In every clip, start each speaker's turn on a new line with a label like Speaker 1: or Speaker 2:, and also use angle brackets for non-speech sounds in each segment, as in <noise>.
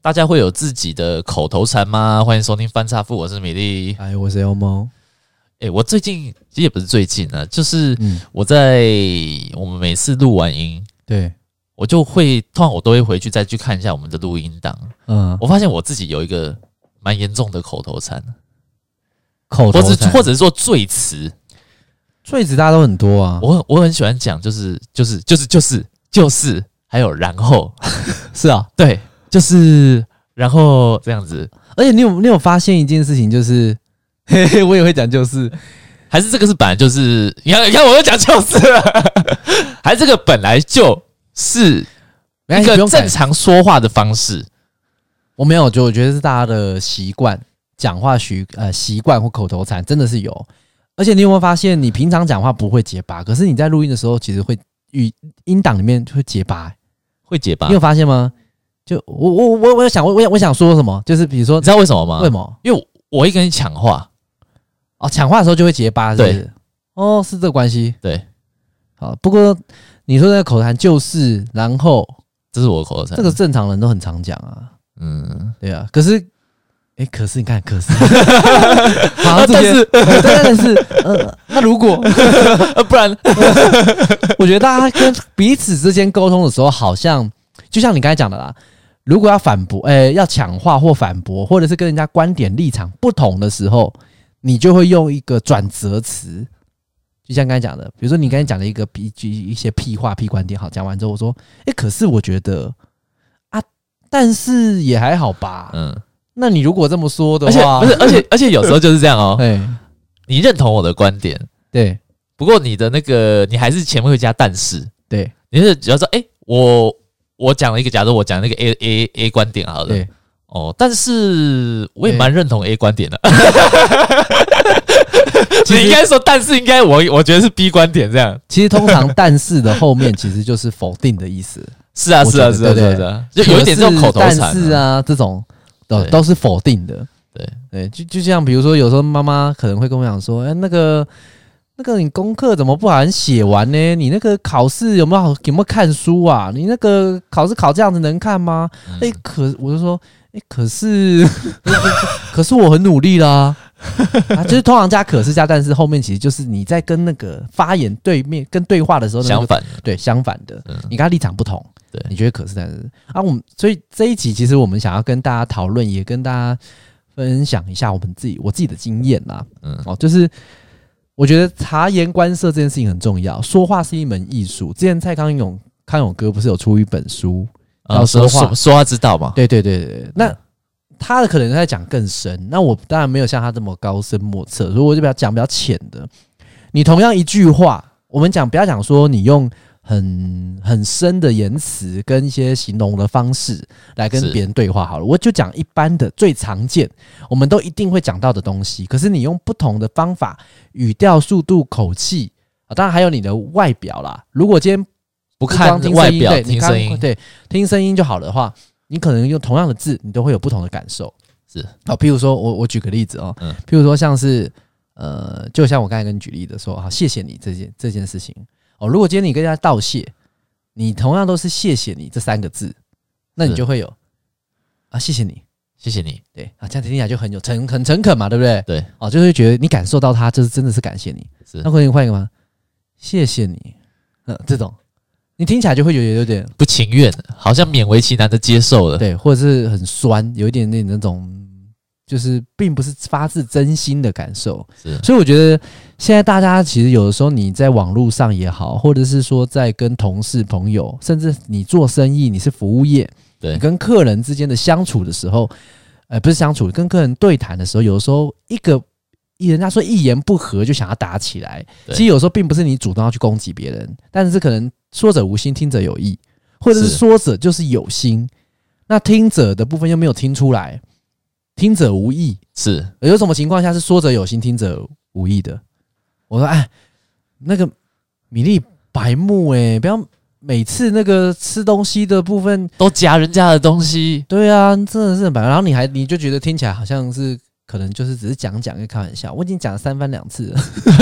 Speaker 1: 大家会有自己的口头禅吗？欢迎收听翻差富，我是米粒。
Speaker 2: 哎，我是 L 猫。
Speaker 1: 诶，我最近其实也不是最近啊，就是
Speaker 2: 嗯，
Speaker 1: 我在我们每次录完音，
Speaker 2: 对，
Speaker 1: 我就会通常我都会回去再去看一下我们的录音档。
Speaker 2: 嗯，
Speaker 1: 我发现我自己有一个蛮严重的口头禅，
Speaker 2: 口头
Speaker 1: 或者
Speaker 2: 禅
Speaker 1: 或者是说赘词，
Speaker 2: 坠子大家都很多啊，
Speaker 1: 我我很喜欢讲，就是就是就是就是就是，还有然后，
Speaker 2: 是啊。
Speaker 1: 对，就是然后这样子，
Speaker 2: 而且你有你有发现一件事情，就是， <laughs> 嘿嘿，我也会讲，就是
Speaker 1: 还是这个是本来就是，你看你看我又讲就是了， <laughs> 还是这个本来就是一
Speaker 2: 没关系，不
Speaker 1: 个
Speaker 2: 用
Speaker 1: 正
Speaker 2: 改。
Speaker 1: 常说话的方式，
Speaker 2: 我没有，就我觉得是大家的习惯，讲话习呃习惯或口头禅真的是有。而且你有没有发现，你平常讲话不会结巴，可是你在录音的时候，其实会语音档里面会结巴、
Speaker 1: 会结巴。
Speaker 2: 你
Speaker 1: 你
Speaker 2: 有发现吗？就我我我我有想我我我想说什么，就是比如说
Speaker 1: 知道为什么吗？
Speaker 2: 为什么
Speaker 1: 因为我我会跟你抢话，
Speaker 2: 哦，讲话的时候就会结巴，是不是？哦，是这个关系。
Speaker 1: 对，
Speaker 2: 好，不过你说那个口头禅就是，然后
Speaker 1: 这是我的口头禅。
Speaker 2: 这个正常人都很常讲啊，
Speaker 1: 嗯， <laughs>
Speaker 2: 对啊。可是，哎、可是你看，可是，
Speaker 1: 啊
Speaker 2: 好，这
Speaker 1: 但
Speaker 2: 些
Speaker 1: 是
Speaker 2: 对但是，呃，那如果
Speaker 1: 呃，不然
Speaker 2: 啊我觉得大家跟彼此之间沟通的时候，好像就像你刚才讲的啦，如果要反驳，诶、要抢话或反驳，或者是跟人家观点立场不同的时候，你就会用一个转折词，就像刚才讲的，比如说你刚才讲的一个屁一一些屁话、屁观点，好，讲完之后我说，诶、可是我觉得啊，但是也还好吧。
Speaker 1: 嗯，
Speaker 2: 那你如果这么说的
Speaker 1: 而且
Speaker 2: 话，
Speaker 1: 不是，而
Speaker 2: <laughs>
Speaker 1: 且而且有时候就是这样哦，
Speaker 2: 哎，
Speaker 1: 你认同我的观点，
Speaker 2: 对
Speaker 1: 不过你的那个你还是前面会加但是，
Speaker 2: 对
Speaker 1: 你是只要说，哎、我我讲了一个，假如我讲那个 A A A 观点好了，
Speaker 2: 对，
Speaker 1: 哦，但是我也
Speaker 2: 对
Speaker 1: 蛮认同 A 观点的，
Speaker 2: <laughs> 其实
Speaker 1: 你应该说，但是应该我我觉得是 B 观点这样，
Speaker 2: 其实通常 <laughs> 但是的后面其实就是否定的意思。
Speaker 1: 是啊
Speaker 2: 我
Speaker 1: 是啊
Speaker 2: 觉得
Speaker 1: 是啊
Speaker 2: 对
Speaker 1: 是啊
Speaker 2: 对
Speaker 1: 是啊，就有一点这种口头禅、嗯
Speaker 2: 但是，啊，这种都
Speaker 1: 对
Speaker 2: 都是否定的。
Speaker 1: 对
Speaker 2: 对，就就像比如说，有时候妈妈可能会跟我讲说：“哎、那个那个，你功课怎么不好好写完呢？你那个考试有没有好有没有看书啊？你那个考试考这样子能看吗？”
Speaker 1: 嗯
Speaker 2: 哎、可我就说，哎、可是 <laughs> 可是我很努力啦。啊，就是通常加可是加，但是后面其实就是你在跟那个发言对面跟对话的时候、那个
Speaker 1: 相反，
Speaker 2: 对相反的，
Speaker 1: 嗯
Speaker 2: 你跟他立场不同，
Speaker 1: 对
Speaker 2: 你觉得可是但是啊，我们所以这一集其实我们想要跟大家讨论，也跟大家分享一下我们自己我自己的经验啦。
Speaker 1: 嗯
Speaker 2: 哦，就是我觉得察言观色这件事情很重要，说话是一门艺术。之前蔡康永康永哥不是有出一本书？
Speaker 1: 啊
Speaker 2: 要
Speaker 1: 说
Speaker 2: 说话
Speaker 1: 说说话之道嘛，
Speaker 2: 对对对对对，那
Speaker 1: 嗯。
Speaker 2: 他的可能在讲更深，那我当然没有像他这么高深莫测，所以我就比较讲比较浅的。你同样一句话，我们讲不要讲说你用很很深的言辞跟一些形容的方式来跟
Speaker 1: 是
Speaker 2: 别人对话好了，我就讲一般的最常见，我们都一定会讲到的东西。可是你用不同的方法、语调、速度、口气啊，当然还有你的外表啦。如果今天
Speaker 1: 不
Speaker 2: 不
Speaker 1: 看
Speaker 2: 光听
Speaker 1: 外
Speaker 2: 声音，
Speaker 1: 表，
Speaker 2: 对，你
Speaker 1: 听
Speaker 2: 刚
Speaker 1: 声音，
Speaker 2: 对，听声音就好的话，你可能用同样的字，你都会有不同的感受。
Speaker 1: 是
Speaker 2: 好，譬如说我我举个例子哦，
Speaker 1: 嗯
Speaker 2: 譬如说像是呃，就像我刚才跟你举例的说，好，谢谢你这件这件事情哦。如果今天你跟人家道谢，你同样都是谢谢你这三个字，那你
Speaker 1: 是
Speaker 2: 就会有啊，谢谢你，
Speaker 1: 谢谢你，
Speaker 2: 对啊，这样听起来就很有诚很诚恳嘛，对不对？
Speaker 1: 对，
Speaker 2: 哦，就会觉得你感受到他，就是真的是感谢你。
Speaker 1: 是
Speaker 2: 那可以换一个吗？谢谢你，嗯，这种你听起来就会觉得有点
Speaker 1: 不情愿，好像勉为其难的接受了，
Speaker 2: 对，或者是很酸，有一点点那种，就是并不是发自真心的感受。
Speaker 1: 是
Speaker 2: 所以我觉得现在大家其实有的时候你在网络上也好，或者是说在跟同事、朋友，甚至你做生意，你是服务业，
Speaker 1: 对
Speaker 2: 你跟客人之间的相处的时候，呃，不是相处，跟客人对谈的时候，有的时候一个。一人家说一言不合就想要打起来，
Speaker 1: 对
Speaker 2: 其实有时候并不是你主动要去攻击别人，但是可能说者无心，听者有意，或者是
Speaker 1: 是
Speaker 2: 说者就是有心，那听者的部分又没有听出来，听者无意，
Speaker 1: 是
Speaker 2: 有什么情况下是说者有心，听者无意的？我说，哎，那个米粒白目哎、不要每次那个吃东西的部分，
Speaker 1: 都夹人家的东西，
Speaker 2: 对啊，真的是很白目。然后你还你就觉得听起来好像是可能就是只是讲讲跟开玩笑，我已经讲了三番两次了。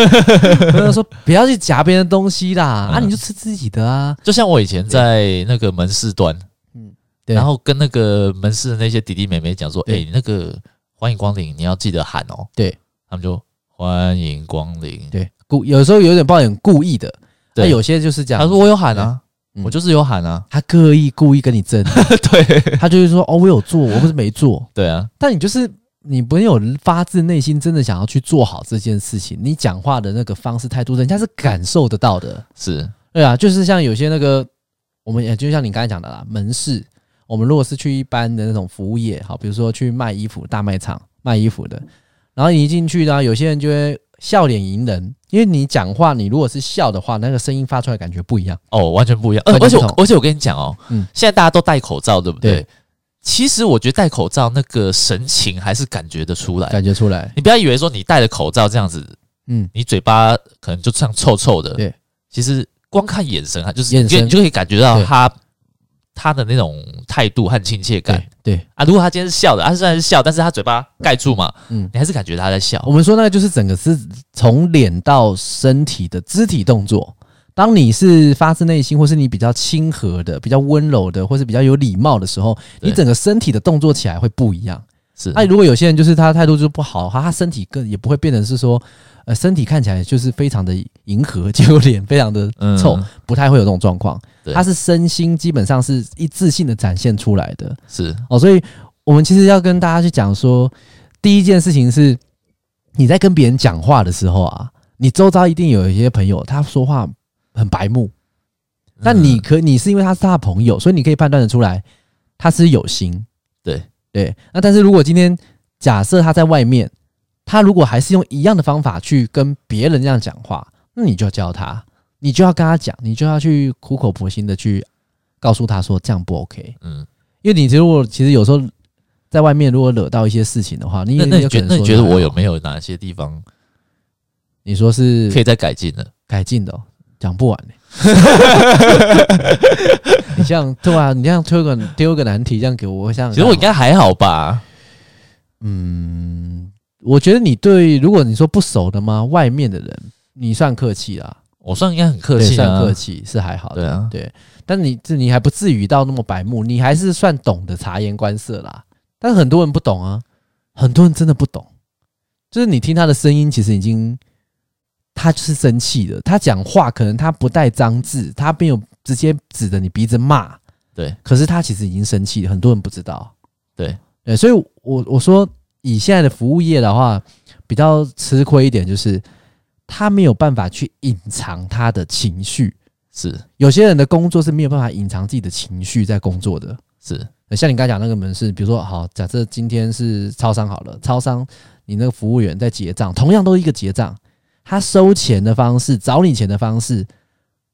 Speaker 2: <laughs> 我就说不要去夹别人的东西啦，啊，
Speaker 1: 嗯
Speaker 2: 你就吃自己的啊。
Speaker 1: 就像我以前在那个门市端，
Speaker 2: 嗯对
Speaker 1: 然后跟那个门市的那些弟弟妹妹讲说，哎、
Speaker 2: 对
Speaker 1: 你那个欢迎光临，你要记得喊哦。
Speaker 2: 对，
Speaker 1: 他们就欢迎光临。
Speaker 2: 对，故有时候有点抱点故意的，那
Speaker 1: 对
Speaker 2: 有些就是这样。
Speaker 1: 他说我有喊啊，
Speaker 2: 嗯
Speaker 1: 我就是有喊啊。
Speaker 2: 他刻意故意跟你争，
Speaker 1: <laughs> 对
Speaker 2: 他就是说哦，我有做，我不是没做。
Speaker 1: 对啊，
Speaker 2: 但你就是你没有发自内心真的想要去做好这件事情，你讲话的那个方式态度，人家是感受得到的。
Speaker 1: 是
Speaker 2: 对啊，就是像有些那个，我们也就像你刚才讲的啦，门市。我们如果是去一般的那种服务业，好，比如说去卖衣服大卖场卖衣服的，然后你一进去呢，有些人就会笑脸迎人，因为你讲话，你如果是笑的话，那个声音发出来感觉不一样。
Speaker 1: 哦，完全不一样。呃
Speaker 2: 完
Speaker 1: 而且
Speaker 2: 全不
Speaker 1: 我
Speaker 2: 同
Speaker 1: 而且我跟你讲哦，
Speaker 2: 嗯
Speaker 1: 现在大家都戴口罩，对不对？
Speaker 2: 对
Speaker 1: 其实我觉得戴口罩那个神情还是感觉得出来。
Speaker 2: 感觉出来，
Speaker 1: 你不要以为说你戴了口罩这样子，
Speaker 2: 嗯，
Speaker 1: 你嘴巴可能就这样臭臭的。
Speaker 2: 对，
Speaker 1: 其实光看眼神啊，就是
Speaker 2: 眼
Speaker 1: 你就
Speaker 2: 神
Speaker 1: 你就可以感觉到
Speaker 2: 对
Speaker 1: 他他的那种态度和亲切感
Speaker 2: 对对，
Speaker 1: 啊。如果他今天是笑的，他虽然是笑，但是他嘴巴盖住嘛，
Speaker 2: 嗯，
Speaker 1: 你还是感觉他在笑
Speaker 2: 我。们说那个就是整个是从脸到身体的肢体动作。当你是发自内心，或是你比较亲和的、比较温柔的，或是比较有礼貌的时候，
Speaker 1: 对
Speaker 2: 你整个身体的动作起来会不一样。
Speaker 1: 是，
Speaker 2: 那、如果有些人就是他的态度就是不好，他他身体更也不会变成是说，呃，身体看起来就是非常的迎合，结果脸非常的
Speaker 1: 嗯
Speaker 2: 臭，不太会有这种状况。
Speaker 1: 对
Speaker 2: 他是身心基本上是一致性的展现出来的。
Speaker 1: 是
Speaker 2: 哦，所以我们其实要跟大家去讲说，第一件事情是你在跟别人讲话的时候啊，你周遭一定有一些朋友，他说话很白目，那你可你是因为他是他的朋友，所以你可以判断得出来他是有心。
Speaker 1: 对
Speaker 2: 对，那但是如果今天假设他在外面，他如果还是用一样的方法去跟别人这样讲话，那你就要教他，你就要跟他讲，你就要去苦口婆心的去告诉他说这样不 OK。
Speaker 1: 嗯，
Speaker 2: 因为你如果其实有时候在外面如果惹到一些事情的话，你
Speaker 1: 那
Speaker 2: 也
Speaker 1: 那你
Speaker 2: 有可
Speaker 1: 觉得
Speaker 2: 能
Speaker 1: 那你
Speaker 2: 说
Speaker 1: 觉得
Speaker 2: 还
Speaker 1: 我
Speaker 2: 好
Speaker 1: 有没有哪些地方
Speaker 2: 你说是
Speaker 1: 可以再改进的？
Speaker 2: 改进的、哦，讲不完、
Speaker 1: <laughs>
Speaker 2: 欸。你这样对啊，你这样丢个丢个难题这样给我，我想想
Speaker 1: 其实我应
Speaker 2: 看
Speaker 1: 该还好吧，
Speaker 2: 嗯，我觉得你对如果你说不熟的吗？外面的人你算客气啦，
Speaker 1: 我算应该很客
Speaker 2: 对
Speaker 1: 气
Speaker 2: 算
Speaker 1: 啊，
Speaker 2: 客气是还好的，
Speaker 1: 对啊
Speaker 2: 对。但你这你还不至于到那么白目，你还是算懂得察言观色啦。但是很多人不懂啊，很多人真的不懂，就是你听他的声音，其实已经他就是生气的，他讲话可能他不带脏字，他没有直接指着你鼻子骂，
Speaker 1: 对，
Speaker 2: 可是他其实已经生气了，很多人不知道，
Speaker 1: 对
Speaker 2: 对，所以我我说以现在的服务业的话，比较吃亏一点就是他没有办法去隐藏他的情绪，
Speaker 1: 是
Speaker 2: 有些人的工作是没有办法隐藏自己的情绪在工作的。
Speaker 1: 是，
Speaker 2: 呃像你刚才讲那个门市，比如说好，假设今天是超商好了，超商你那个服务员在结账，同样都是一个结账，他收钱的方式、找你钱的方式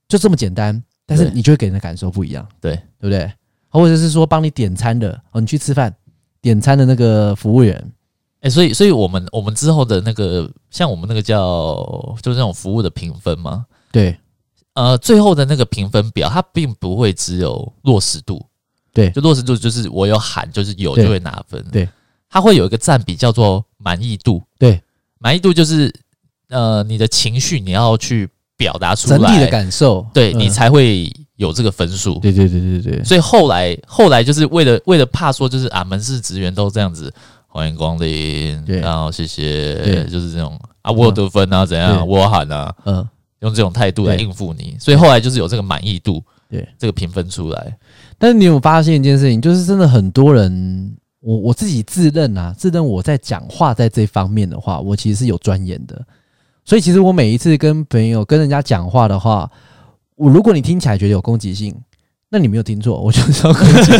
Speaker 2: 就这么简单，但是
Speaker 1: 对
Speaker 2: 你就会给人的感受不一样，
Speaker 1: 对
Speaker 2: 对不对？或者是说帮你点餐的哦，你去吃饭点餐的那个服务员，
Speaker 1: 哎、所以所以我们我们之后的那个像我们那个叫就是那种服务的评分嘛，
Speaker 2: 对
Speaker 1: 呃，最后的那个评分表，它并不会只有落实度，
Speaker 2: 对
Speaker 1: 就落实度就是我有喊，就是有
Speaker 2: 对
Speaker 1: 就会拿分，
Speaker 2: 对，
Speaker 1: 它会有一个占比叫做满意度，
Speaker 2: 对，
Speaker 1: 满意度就是呃你的情绪你要去表达出来，
Speaker 2: 整体的感受，
Speaker 1: 对、
Speaker 2: 嗯
Speaker 1: 你才会有这个分数。
Speaker 2: 对对对对对对
Speaker 1: 所以后来后来就是为了为了怕说就是啊门市职员都这样子，欢迎光临，
Speaker 2: 对
Speaker 1: 然后谢谢
Speaker 2: 对，
Speaker 1: 就是这种啊我有得分啊怎样，
Speaker 2: 对
Speaker 1: 我有喊啊，
Speaker 2: 嗯。
Speaker 1: 用这种态度来
Speaker 2: 对
Speaker 1: 应付你，所以后来就是有这个满意度，
Speaker 2: 对
Speaker 1: 这个评分出来，
Speaker 2: 但是你有发现一件事情，就是真的很多人，我我自己自认啊，自认我在讲话在这方面的话，我其实是有钻研的。所以其实我每一次跟朋友跟人家讲话的话，我如果你听起来觉得有攻击性，那你没有听错，我就是要攻击，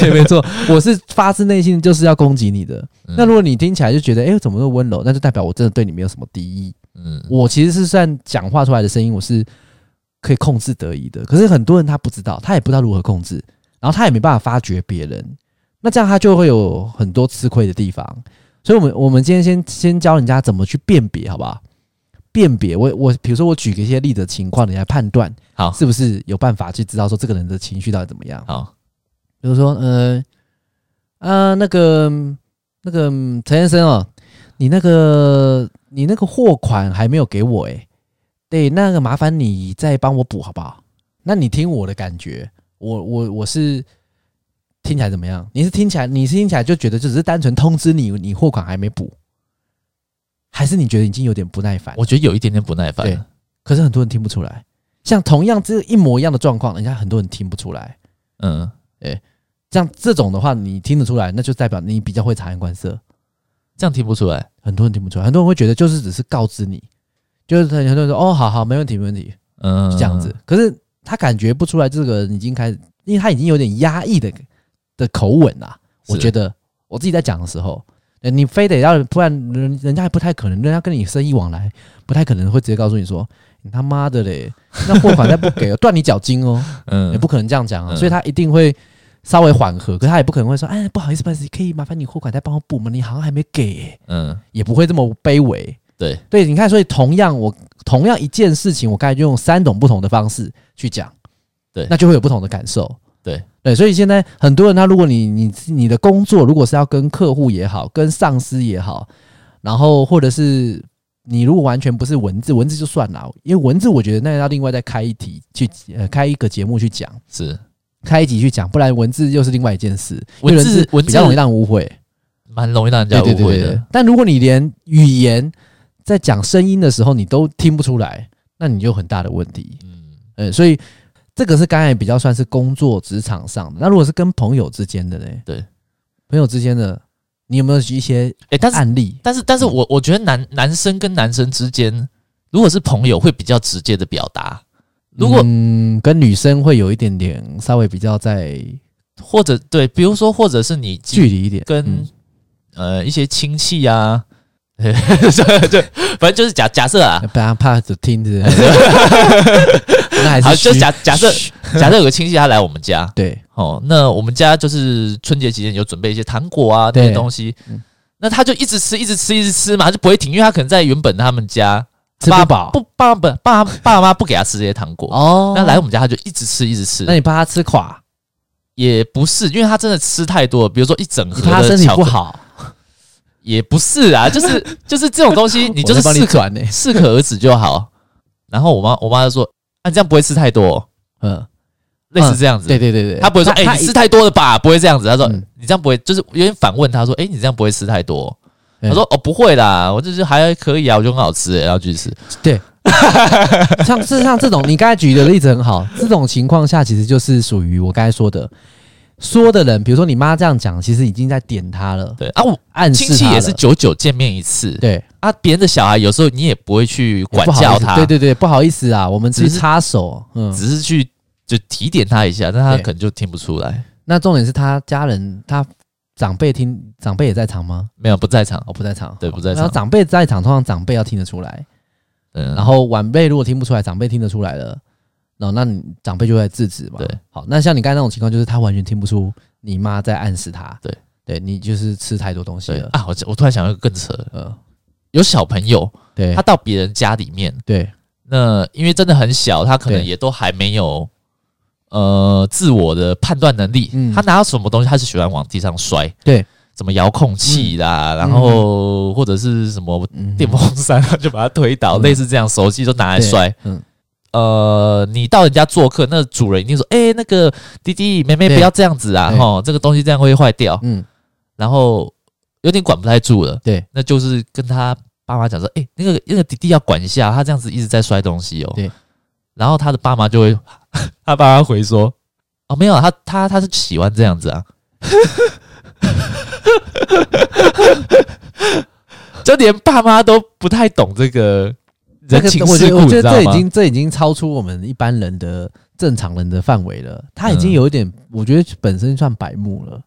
Speaker 2: 对，没错，我是发自内心就是要攻击你的。
Speaker 1: 嗯
Speaker 2: 那如果你听起来就觉得，哎、怎么那么温柔，那就代表我真的对你没有什么敌意。
Speaker 1: 嗯
Speaker 2: 我其实是算讲话出来的声音，我是可以控制得宜的。可是很多人他不知道，他也不知道如何控制，然后他也没办法发掘别人，那这样他就会有很多吃亏的地方。所以，我们我们今天先先教人家怎么去辨别，好不好？辨别，我我比如说我举个一些例子的情况，你来判断
Speaker 1: 好
Speaker 2: 是不是有办法去知道说这个人的情绪到底怎么样。
Speaker 1: 好
Speaker 2: 比如说，呃，啊，那个那个嗯陈先生哦，你那个你那个货款还没有给我诶，对，那个麻烦你再帮我补好不好？那你听我的感觉，我我我是听起来怎么样？你是听起来，你是听起来就觉得就只是单纯通知你你货款还没补，还是你觉得已经有点不耐烦？
Speaker 1: 我觉得有一点点不耐烦
Speaker 2: 对。可是很多人听不出来，像同样这一模一样的状况，人家很多人听不出来。
Speaker 1: 嗯，
Speaker 2: 像这种的话，你听得出来，那就代表你比较会察言观色。
Speaker 1: 这样听不出来。
Speaker 2: 很多人听不出来，很多人会觉得就是只是告知你，就是很多人说哦，好好，没问题，没问题，
Speaker 1: 嗯，
Speaker 2: 就这样子。可是他感觉不出来，这个人已经开始，因为他已经有点压抑的的口吻啦。
Speaker 1: 是。
Speaker 2: 我觉得我自己在讲的时候，呃你非得要，不然人人家还不太可能，人家跟你生意往来，不太可能会直接告诉你说你他妈的嘞，那货款再不给， <laughs> 断你脚筋哦，也
Speaker 1: 嗯，
Speaker 2: 不可能这样讲啊。
Speaker 1: 嗯
Speaker 2: 所以他一定会稍微缓和，可他也不可能会说，哎，不好意思，不好意思，可以麻烦你货款再帮我补吗？你好像还没给耶、
Speaker 1: 嗯，
Speaker 2: 也不会这么卑微。
Speaker 1: 对
Speaker 2: 对，你看，所以同样我同样一件事情，我刚才就用三种不同的方式去讲，
Speaker 1: 对
Speaker 2: 那就会有不同的感受。
Speaker 1: 对
Speaker 2: 对，所以现在很多人，他如果你你你的工作如果是要跟客户也好，跟上司也好，然后或者是你如果完全不是文字，文字就算了，因为文字我觉得那要另外再开一题去呃开一个节目去讲，
Speaker 1: 是
Speaker 2: 开一集去讲，不然文字又是另外一件事，因为
Speaker 1: 文字文
Speaker 2: 比较
Speaker 1: 字
Speaker 2: 容易让人误会。
Speaker 1: 蛮容易让人
Speaker 2: 对
Speaker 1: 家
Speaker 2: 对
Speaker 1: 误
Speaker 2: 对
Speaker 1: 会
Speaker 2: 对对
Speaker 1: 的。。
Speaker 2: 但如果你连语言在讲声音的时候你都听不出来，那你就很大的问题。
Speaker 1: 嗯，
Speaker 2: 呃，所以这个是刚才比较算是工作职场上的。那如果是跟朋友之间的呢？
Speaker 1: 对，
Speaker 2: 朋友之间的，你有没有一些
Speaker 1: 哎，但是
Speaker 2: 案例？
Speaker 1: 但是但是我我觉得男男生跟男生之间，如果是朋友，会比较直接的表达。如果
Speaker 2: 嗯，跟女生会有一点点稍微比较在
Speaker 1: 或者对，比如说，或者是你
Speaker 2: 距离一点，
Speaker 1: 跟、
Speaker 2: 嗯
Speaker 1: 呃一些亲戚啊， <laughs> 对，反正就是假假设啊，
Speaker 2: 不然怕只听着，
Speaker 1: <laughs>
Speaker 2: 那还是
Speaker 1: 好，就
Speaker 2: 虚
Speaker 1: 假假设
Speaker 2: 嘘 <laughs>
Speaker 1: 假设有个亲戚他来我们家，
Speaker 2: 对
Speaker 1: 哦，那我们家就是春节期间有准备一些糖果啊那
Speaker 2: 对
Speaker 1: 些东西
Speaker 2: 嗯，
Speaker 1: 那他就一直吃，一直吃，一直吃嘛，他就不会停，因为他可能在原本他们家
Speaker 2: 吃
Speaker 1: 爸
Speaker 2: 不饱
Speaker 1: 不爸不爸爸妈不给他吃这些糖果，
Speaker 2: 哦
Speaker 1: 那来我们家他就一直吃，一直吃
Speaker 2: 那。你怕他吃垮，
Speaker 1: 也不是，因为他真的吃太多了，比如说一整
Speaker 2: 你
Speaker 1: 盒
Speaker 2: 怕他身
Speaker 1: 的
Speaker 2: 体
Speaker 1: 巧
Speaker 2: 不
Speaker 1: 克力，
Speaker 2: 好，
Speaker 1: 也不是啊， <laughs> 就是就是这种东
Speaker 2: <laughs>
Speaker 1: 西，你
Speaker 2: 我
Speaker 1: 就
Speaker 2: 在
Speaker 1: 是
Speaker 2: 帮
Speaker 1: 适
Speaker 2: 你 <laughs>
Speaker 1: 可
Speaker 2: 转呢。
Speaker 1: 适可而止就好。然后我妈我妈就说：“啊，你这样不会吃太多哦、
Speaker 2: 嗯，
Speaker 1: 类似这样子。
Speaker 2: 对对对对，
Speaker 1: 他不会说：“哎、
Speaker 2: 他
Speaker 1: 你吃太多了吧？”不会这样子。他说：“
Speaker 2: 嗯
Speaker 1: 你这样不会，就是有点反问他说：‘哎、你这样不会吃太多哦？’
Speaker 2: 嗯
Speaker 1: 他说：‘哦，不会啦，我就是还可以啊，我觉得很好吃、然后继续吃。
Speaker 2: <laughs> 像事实上这种，你刚才举的例子很好，这种情况下其实就是属于我刚才说的，说的人，比如说你妈这样讲，其实已经在点他了，
Speaker 1: 对啊，我
Speaker 2: 暗示
Speaker 1: 亲戚
Speaker 2: 嗯他
Speaker 1: 也
Speaker 2: 了
Speaker 1: 是久久见面一次
Speaker 2: 对，
Speaker 1: 啊，别人的小孩有时候你也不会去
Speaker 2: 也
Speaker 1: 管
Speaker 2: 不好意
Speaker 1: 教
Speaker 2: 思
Speaker 1: 他，
Speaker 2: 对对对，不好意思啊，我们只
Speaker 1: 只
Speaker 2: 是
Speaker 1: 是
Speaker 2: 插手，嗯，
Speaker 1: 只是去就提点他一下，但他
Speaker 2: 对
Speaker 1: 可能就听不出来。
Speaker 2: 那重点是他家人，他长辈听，长辈也在场吗？
Speaker 1: 没有不在场，
Speaker 2: 哦，不在场，
Speaker 1: 对不在
Speaker 2: 然后
Speaker 1: 场。
Speaker 2: 长辈在场，通常长辈要听得出来，
Speaker 1: 嗯，
Speaker 2: 然后晚辈如果听不出来，长辈听得出来了，然后那你长辈就会制止嘛。
Speaker 1: 对，
Speaker 2: 好，那像你刚才那种情况，就是他完全听不出你妈在暗示他。
Speaker 1: 对，
Speaker 2: 对你就是吃太多东西
Speaker 1: 对
Speaker 2: 了。
Speaker 1: 啊，我我突然想到一个更扯的，
Speaker 2: 呃，
Speaker 1: 有小朋友
Speaker 2: 对，
Speaker 1: 他到别人家里面，
Speaker 2: 对
Speaker 1: 那因为真的很小，他可能
Speaker 2: 对
Speaker 1: 也都还没有呃自我的判断能力，
Speaker 2: 嗯
Speaker 1: 他拿到什么东西他是喜欢往地上摔，
Speaker 2: 对，
Speaker 1: 什么遥控器啦，然后或者是什么
Speaker 2: 嗯
Speaker 1: 电风扇，他就把它推倒，
Speaker 2: 嗯
Speaker 1: 类似这样，手机都拿来
Speaker 2: 对
Speaker 1: 摔。
Speaker 2: 嗯，
Speaker 1: 呃，你到人家做客，那主人一定说：“哎、那个弟弟妹妹
Speaker 2: 对
Speaker 1: 不要这样子啊，
Speaker 2: 对
Speaker 1: 吼，这个东西这样会坏掉。”
Speaker 2: 嗯，
Speaker 1: 然后有点管不太住了，
Speaker 2: 对，
Speaker 1: 那就是跟他爸妈讲说，哎、那个那个弟弟要管一下，他这样子一直在摔东西哦。
Speaker 2: 对，
Speaker 1: 然后他的爸妈就
Speaker 2: <laughs>
Speaker 1: 会，他爸妈回说，哦，没有啊，他他他是喜欢这样子啊。 <laughs> 就连爸妈都不太懂这个
Speaker 2: 这
Speaker 1: 人
Speaker 2: 个
Speaker 1: 情
Speaker 2: 我觉
Speaker 1: 世
Speaker 2: 得
Speaker 1: 故，
Speaker 2: 我
Speaker 1: 你
Speaker 2: 觉
Speaker 1: 知
Speaker 2: 得
Speaker 1: 道
Speaker 2: 这已
Speaker 1: 吗？
Speaker 2: 经这已经超出我们一般人的正常人的范围了。他已经
Speaker 1: 嗯
Speaker 2: 有一点，我觉得本身算白目了。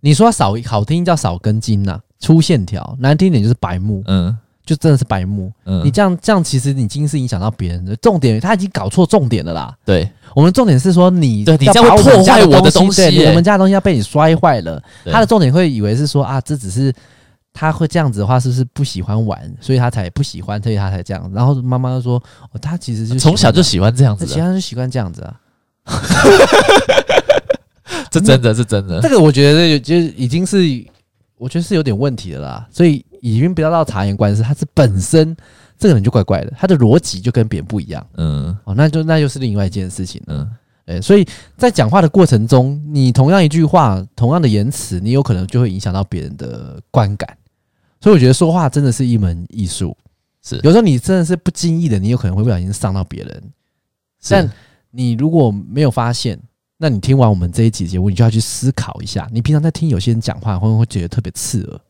Speaker 2: 你说他少好听叫少根筋呐、粗线条；难听一点就是白目，
Speaker 1: 嗯
Speaker 2: 就真的是白目。
Speaker 1: 嗯，
Speaker 2: 你这样这样，其实你已经是影响到别人的。重点他已经搞错重点了啦。
Speaker 1: 对
Speaker 2: 我们重点是说你
Speaker 1: 对你
Speaker 2: 要
Speaker 1: 这样
Speaker 2: 把
Speaker 1: 会
Speaker 2: 们
Speaker 1: 破
Speaker 2: 家
Speaker 1: 坏我的
Speaker 2: 东
Speaker 1: 东西
Speaker 2: 对
Speaker 1: 耶
Speaker 2: 我们家的东西要被你摔坏了。
Speaker 1: 对
Speaker 2: 他的重点会以为是说啊，这只是他会这样子的话，是不是不喜欢玩，所以他才不喜欢，所以他才这样。然后妈妈就说，哦、他其实就
Speaker 1: 从小就
Speaker 2: 喜
Speaker 1: 喜欢这样
Speaker 2: 欢
Speaker 1: 子啊
Speaker 2: 这样，
Speaker 1: 的，
Speaker 2: 他其实他就习惯这样子啊。
Speaker 1: 这真的是真的
Speaker 2: 这。个我觉得有就是已经是，我觉得是有点问题的啦。所以已经不要到察言观色，他是本身这个人就怪怪的，他的逻辑就跟别人不一样。
Speaker 1: 嗯
Speaker 2: 哦，那就那又是另外一件事情了。
Speaker 1: 嗯，
Speaker 2: 对，所以在讲话的过程中，你同样一句话、同样的言辞，你有可能就会影响到别人的观感。所以我觉得说话真的是一门艺术，
Speaker 1: 是
Speaker 2: 有时候你真的是不经意的，你有可能会不小心伤到别人。但你如果没有发现，那你听完我们这一集节目，你就要去思考一下，你平常在听有些人讲话，会不会觉得特别刺耳？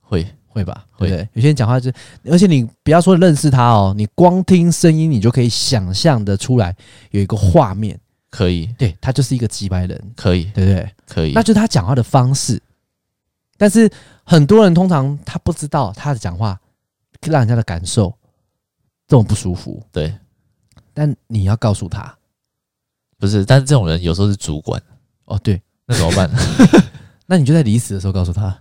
Speaker 1: 会
Speaker 2: 会吧，
Speaker 1: 会
Speaker 2: 对不对有些人讲话就，而且你不要说认识他哦，你光听声音，你就可以想象的出来有一个画面，
Speaker 1: 可以
Speaker 2: 对他就是一个几百人，
Speaker 1: 可以
Speaker 2: 对不对？
Speaker 1: 可以，
Speaker 2: 那就是他讲话的方式。但是很多人通常他不知道他的讲话让人家的感受这么不舒服，
Speaker 1: 对，
Speaker 2: 但你要告诉他
Speaker 1: 不是，但是这种人有时候是主管，
Speaker 2: 哦，对，
Speaker 1: <laughs> 那怎么
Speaker 2: <laughs>
Speaker 1: 办？
Speaker 2: 那你就在离职的时候告诉他，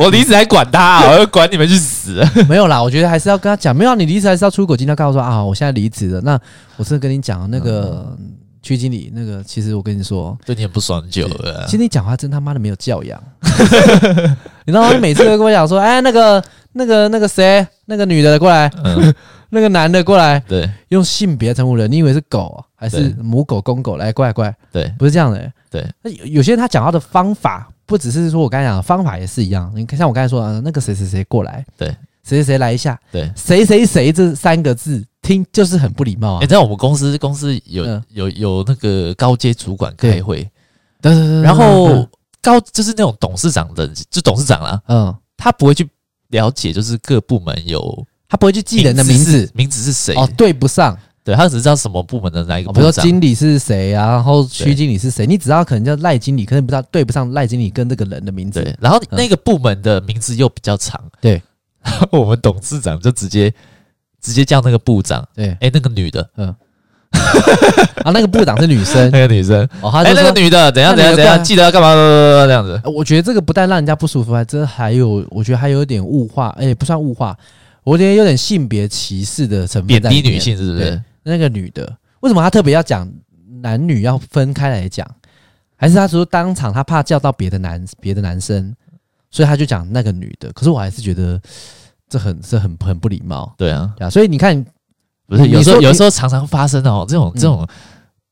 Speaker 1: 我离职还管他啊、我要管你们去 <laughs> 死！
Speaker 2: 没有啦，我觉得还是要跟他讲，没有啊你离职还是要出国，今天告诉他啊，我现在离职了。那我真的跟你讲，啊那个区经理，那个其实我跟你说，哦
Speaker 1: 对你很不爽很久了
Speaker 2: 其，实你讲话真他妈的没有教养， <laughs> 你知道吗？你每次都跟我讲说，哎，那个那个那个谁，那个女的过来，
Speaker 1: 嗯，
Speaker 2: <laughs> 那个男的过来，
Speaker 1: 对
Speaker 2: 用性别称呼人，你以为是狗啊还是
Speaker 1: 对
Speaker 2: 母狗、公狗？来，过来过来，
Speaker 1: 对
Speaker 2: 不是这样的、欸。
Speaker 1: 对
Speaker 2: 那有有些人他讲话的方法，不只是说我刚才讲的方法也是一样。你看，像我刚才说的、呃那个谁谁谁过来，
Speaker 1: 对，
Speaker 2: 谁谁谁来一下，
Speaker 1: 对。
Speaker 2: 谁谁谁这三个字听就是很不礼
Speaker 1: 哎、
Speaker 2: 貌啊。
Speaker 1: 你知道我们公司公司有、
Speaker 2: 嗯
Speaker 1: 有有那个高阶主管开会，
Speaker 2: 对对对
Speaker 1: 然后高就是那种董事长的，就董事长啦，
Speaker 2: 嗯，
Speaker 1: 他不会去了解，就是各部门有
Speaker 2: 他不会去记人的名字
Speaker 1: 是名字是谁，
Speaker 2: 哦，对不上。
Speaker 1: 对他只知道什么部门的哪一个
Speaker 2: 哦
Speaker 1: 部
Speaker 2: 比如说
Speaker 1: 长，
Speaker 2: 经理是谁啊，然后
Speaker 1: 对
Speaker 2: 区经理是谁，你只知道可能叫赖经理，可能不知道对不上赖经理跟这个人的名字。
Speaker 1: 对，然后
Speaker 2: 嗯
Speaker 1: 那个部门的名字又比较长，
Speaker 2: 对，
Speaker 1: 然后 <laughs> 我们董事长就直接直接叫那个部长，
Speaker 2: 对
Speaker 1: 哎、那个女的，
Speaker 2: 啊，那个部长是女
Speaker 1: <laughs>
Speaker 2: 生
Speaker 1: 那个女生，
Speaker 2: 哦，他
Speaker 1: 哎、
Speaker 2: 就
Speaker 1: 那
Speaker 2: 说
Speaker 1: 个女的怎样怎
Speaker 2: 那
Speaker 1: 样
Speaker 2: 女的
Speaker 1: 怎
Speaker 2: 干
Speaker 1: 样，记得要干嘛这样子，
Speaker 2: 呃我觉得这个不但让人家不舒服，还真还有，我觉得还有一点物化，哎、不算物化，我觉得有点性别歧视的成分
Speaker 1: 贬
Speaker 2: 在里
Speaker 1: 低
Speaker 2: 面。
Speaker 1: 女性是不是
Speaker 2: 对？那个女的，为什么她特别要讲男女要分开来讲？还是她说当场她怕叫到别的男别的男生，所以她就讲那个女的？可是我还是觉得这很这很很不礼貌。
Speaker 1: 对啊，
Speaker 2: 对啊，所以你看，
Speaker 1: 不是，
Speaker 2: 你
Speaker 1: 有时候
Speaker 2: 说
Speaker 1: 有时候常常发生哦，这种
Speaker 2: 嗯
Speaker 1: 这种、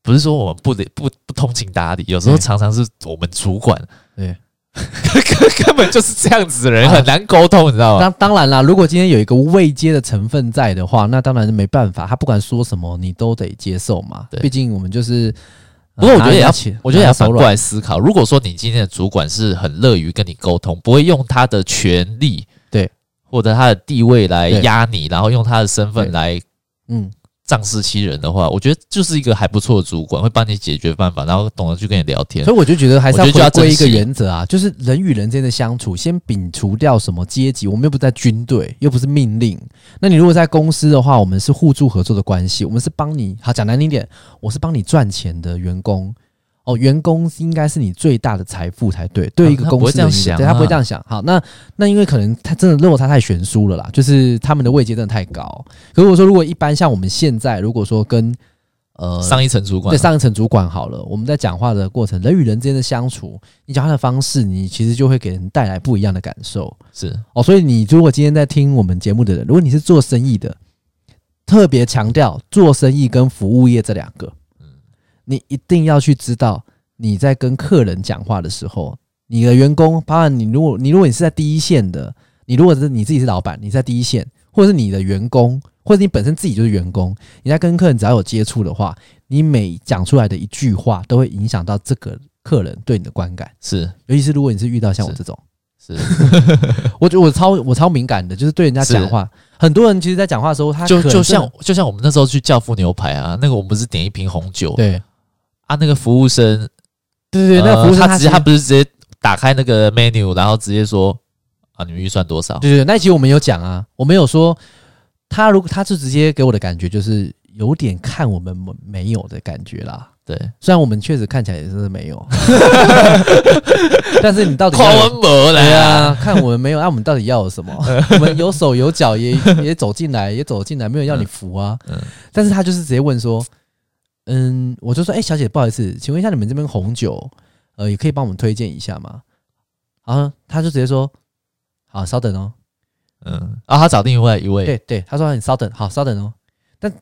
Speaker 1: 不是说我们不得不不通情达理，有时候
Speaker 2: 对
Speaker 1: 常常是我们主管
Speaker 2: 对，
Speaker 1: <laughs> 根根本就是这样子的人，
Speaker 2: 啊
Speaker 1: 很难沟通，你知道吗？
Speaker 2: 当当然啦，如果今天有一个未接的成分在的话，那当然是没办法，他不管说什么，你都得接受嘛
Speaker 1: 对。
Speaker 2: 毕竟我们就是，呃
Speaker 1: 不过我觉得也要
Speaker 2: 拿人家钱
Speaker 1: 我觉得也要
Speaker 2: 拿手
Speaker 1: 反过
Speaker 2: 软
Speaker 1: 来思考，如果说你今天的主管是很乐于跟你沟通，不会用他的权利
Speaker 2: 对
Speaker 1: 或者他的地位来
Speaker 2: 对
Speaker 1: 压你，然后用他的身份
Speaker 2: 对
Speaker 1: 来
Speaker 2: 嗯，
Speaker 1: 仗势欺人的话，我觉得就是一个还不错的主管，会帮你解决办法，然后懂得去跟你聊天
Speaker 2: 所。以我就觉得还是要
Speaker 1: 我觉得就要
Speaker 2: 回归一个
Speaker 1: 珍惜
Speaker 2: 原则啊，就是人与人之间的相处，先摒除掉什么阶级，我们又不在军队，又不是命令。那你如果在公司的话，我们是互助合作的关系，我们是帮你，好讲难听点，我是帮你赚钱的员工。哦，员工应该是你最大的财富才对。对
Speaker 1: 啊
Speaker 2: 一个
Speaker 1: 他
Speaker 2: 公
Speaker 1: 不会
Speaker 2: 司
Speaker 1: 这
Speaker 2: 的
Speaker 1: 样
Speaker 2: 营运、
Speaker 1: 想
Speaker 2: 对他不会
Speaker 1: 啊
Speaker 2: 这样想。好，那那因为可能他真的落差太悬殊了啦，就是他们的位阶真的太高。可如果说如果一般像我们现在，如果说跟呃
Speaker 1: 上一层主管
Speaker 2: 对，上一层主管好了，我们在讲话的过程，人与人之间的相处，你讲话的方式，你其实就会给人带来不一样的感受
Speaker 1: 是
Speaker 2: 哦。所以你如果今天在听我们节目的人，如果你是做生意的，特别强调做生意跟服务业这两个，你一定要去知道你在跟客人讲话的时候，你的员工，包含你如果你如果你是在第一线的，你如果是你自己是老板，你在第一线，或者是你的员工，或者你本身自己就是员工，你在跟客人只要有接触的话，你每讲出来的一句话都会影响到这个客人对你的观感，
Speaker 1: 是
Speaker 2: 尤其是如果你是遇到像我
Speaker 1: 是
Speaker 2: 这种，
Speaker 1: 是，
Speaker 2: 我觉得我超我超敏感的，就是对人家讲话，很多人其实在讲话的时候，他
Speaker 1: 就
Speaker 2: 可能
Speaker 1: 就
Speaker 2: 真的
Speaker 1: 像就像我们那时候去教父牛排啊，那个我们不是点一瓶红酒，
Speaker 2: 对
Speaker 1: 啊，那个服务生
Speaker 2: 对对，那个
Speaker 1: 呃
Speaker 2: 服务生
Speaker 1: 他直
Speaker 2: 其
Speaker 1: 接
Speaker 2: 实
Speaker 1: 他不是直接打开那个 menu，然后直接说啊，你们预算多少？
Speaker 2: 对对，对那一集我们有讲啊，我们有说他如果他是直接给我的感觉就是有点看我们没有的感觉啦。
Speaker 1: 对，
Speaker 2: 虽然我们确实看起来也是
Speaker 1: <laughs>
Speaker 2: 没有， <laughs> 但是你到底要
Speaker 1: 夸文博
Speaker 2: 对
Speaker 1: 来啊，
Speaker 2: 啊，看我们没有，那、我们到底要有
Speaker 1: <laughs>
Speaker 2: 什么？我们有手有脚也也走进来，也走进来，没有人要你扶啊。
Speaker 1: 嗯嗯
Speaker 2: 但是他就是直接问说，嗯，我就说，哎、小姐，不好意思，请问一下你们这边红酒，呃，也可以帮我们推荐一下吗？然后他就直接说，好，稍等哦。
Speaker 1: 嗯，啊，他找另外一位，
Speaker 2: 对对，他说你稍等，好，稍等哦。但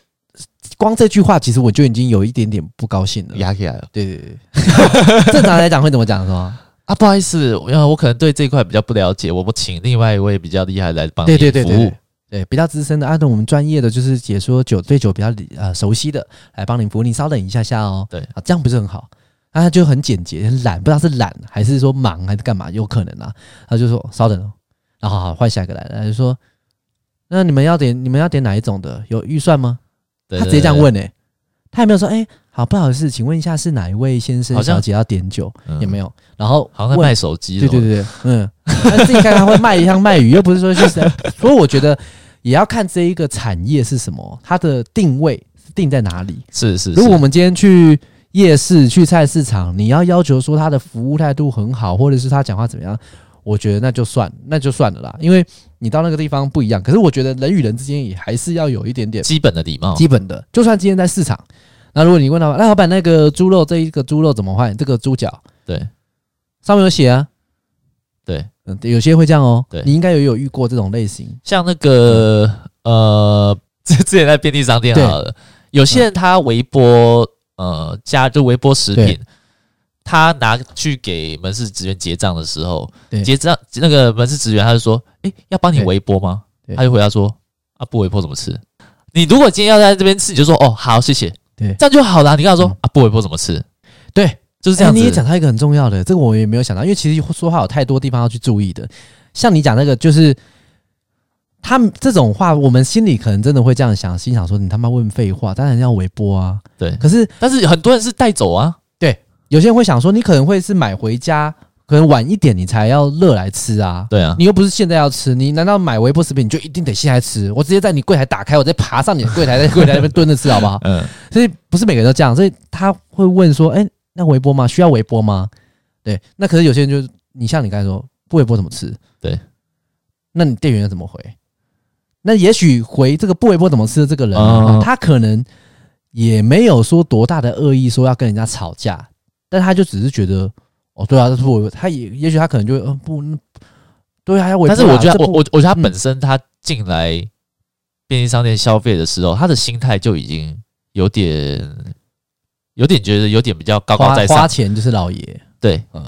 Speaker 2: 光这句话，其实我就已经有一点点不高兴了。
Speaker 1: 压起来了
Speaker 2: 对对对， <laughs> 正常来讲会怎么讲是吗？
Speaker 1: 啊！不好意思，因为我可能对这一块比较不了解，我们请另外一位比较厉害来帮你
Speaker 2: 对对对
Speaker 1: 啊服务
Speaker 2: 对。对，比较资深的，按照我们专业的，就是解说酒对酒比较理呃熟悉的，来帮您服务。你稍等一下下哦。
Speaker 1: 对
Speaker 2: 啊，这样不是很好。那、他就很简洁，很懒，不知道是懒还是说忙还是干嘛，有可能啊。他就说稍等哦，然后好好换下一个来了，他就说那你们要点你们要点哪一种的？有预算吗？
Speaker 1: 对
Speaker 2: 他直接这样，问诶、欸他也没有说哎、好不好意思，请问一下是哪一位先生
Speaker 1: 好像
Speaker 2: 小姐要点酒？
Speaker 1: 嗯
Speaker 2: 也没有，然后
Speaker 1: 好像在
Speaker 2: 问
Speaker 1: 卖手机。
Speaker 2: 对对，对，对嗯， <laughs> 那自己看看会卖一样卖鱼，又不是说就是， <laughs> 所以我觉得也要看这一个产业是什么，它的定位是定在哪里。
Speaker 1: 是是。
Speaker 2: 如果我
Speaker 1: 是
Speaker 2: 们今天去夜市、去菜市场，你要要求说他的服务态度很好，或者是他讲话怎么样，我觉得那就算那就算了啦，因为你到那个地方不一样。可是我觉得人与人之间也还是要有一点点
Speaker 1: 基本的礼貌，
Speaker 2: 基本的，就算今天在市场，那如果你问哎老板，那老板那个猪肉这一个猪肉怎么换？这个猪脚
Speaker 1: 对
Speaker 2: 上面有写啊，
Speaker 1: 对，
Speaker 2: 嗯，对有些会这样哦。
Speaker 1: 对
Speaker 2: 你应该也有遇过这种类型。
Speaker 1: 像那个呃， <laughs> 之之前在便利商店
Speaker 2: 对
Speaker 1: 好了，有些人他微波呃加就微波食品
Speaker 2: 对，
Speaker 1: 他拿去给门市职员结账的时候
Speaker 2: 对，
Speaker 1: 结账那个门市职员他就说：“诶，要帮你
Speaker 2: 对
Speaker 1: 微波吗？”
Speaker 2: 对
Speaker 1: 他就回答说：“啊，不微波怎么吃？”你如果今天要在这边吃，你就说：“哦，好，谢谢。”
Speaker 2: 对
Speaker 1: 这样就好了。你跟他说：“
Speaker 2: 嗯
Speaker 1: 啊，不微波怎么吃
Speaker 2: 对，？”
Speaker 1: 就是这样子。
Speaker 2: 哎你也讲到一个很重要的，这个我也没有想到，因为其实说话有太多地方要去注意的。像你讲那个，就是他们这种话，我们心里可能真的会这样想，心想说你他妈问废话，当然要微波啊。
Speaker 1: 对，
Speaker 2: 可是
Speaker 1: 但是很多人是带走啊。
Speaker 2: 有些人会想说，你可能会是买回家，可能晚一点你才要热来吃啊。
Speaker 1: 对啊，
Speaker 2: 你又不是现在要吃，你难道买微波食品你就一定得现在吃？我直接在你柜台打开，我再爬上你的柜台，在柜台那边蹲着吃，好不好？
Speaker 1: 嗯，
Speaker 2: 所以不是每个人都这样，所以他会问说：“哎、那微波吗？需要微波吗？”对，那可是有些人就是你像你刚才说，不微波怎么吃？
Speaker 1: 对，
Speaker 2: 那你店员要怎么回？那也许回这个不微波怎么吃的这个人啊、
Speaker 1: 哦
Speaker 2: 他可能也没有说多大的恶意，说要跟人家吵架，但他就只是觉得哦，对啊，这是不微波，他也也许他可能就会嗯不，嗯对啊，要微波
Speaker 1: 但
Speaker 2: 啊、
Speaker 1: 是我觉得
Speaker 2: 这
Speaker 1: 我
Speaker 2: 不
Speaker 1: 我我觉得他
Speaker 2: 嗯
Speaker 1: 本身他进来便利商店消费的时候，他的心态就已经有点有点觉得有点比较高高
Speaker 2: 花
Speaker 1: 在
Speaker 2: 花
Speaker 1: 上，
Speaker 2: 钱就是老爷，
Speaker 1: 对，
Speaker 2: 嗯，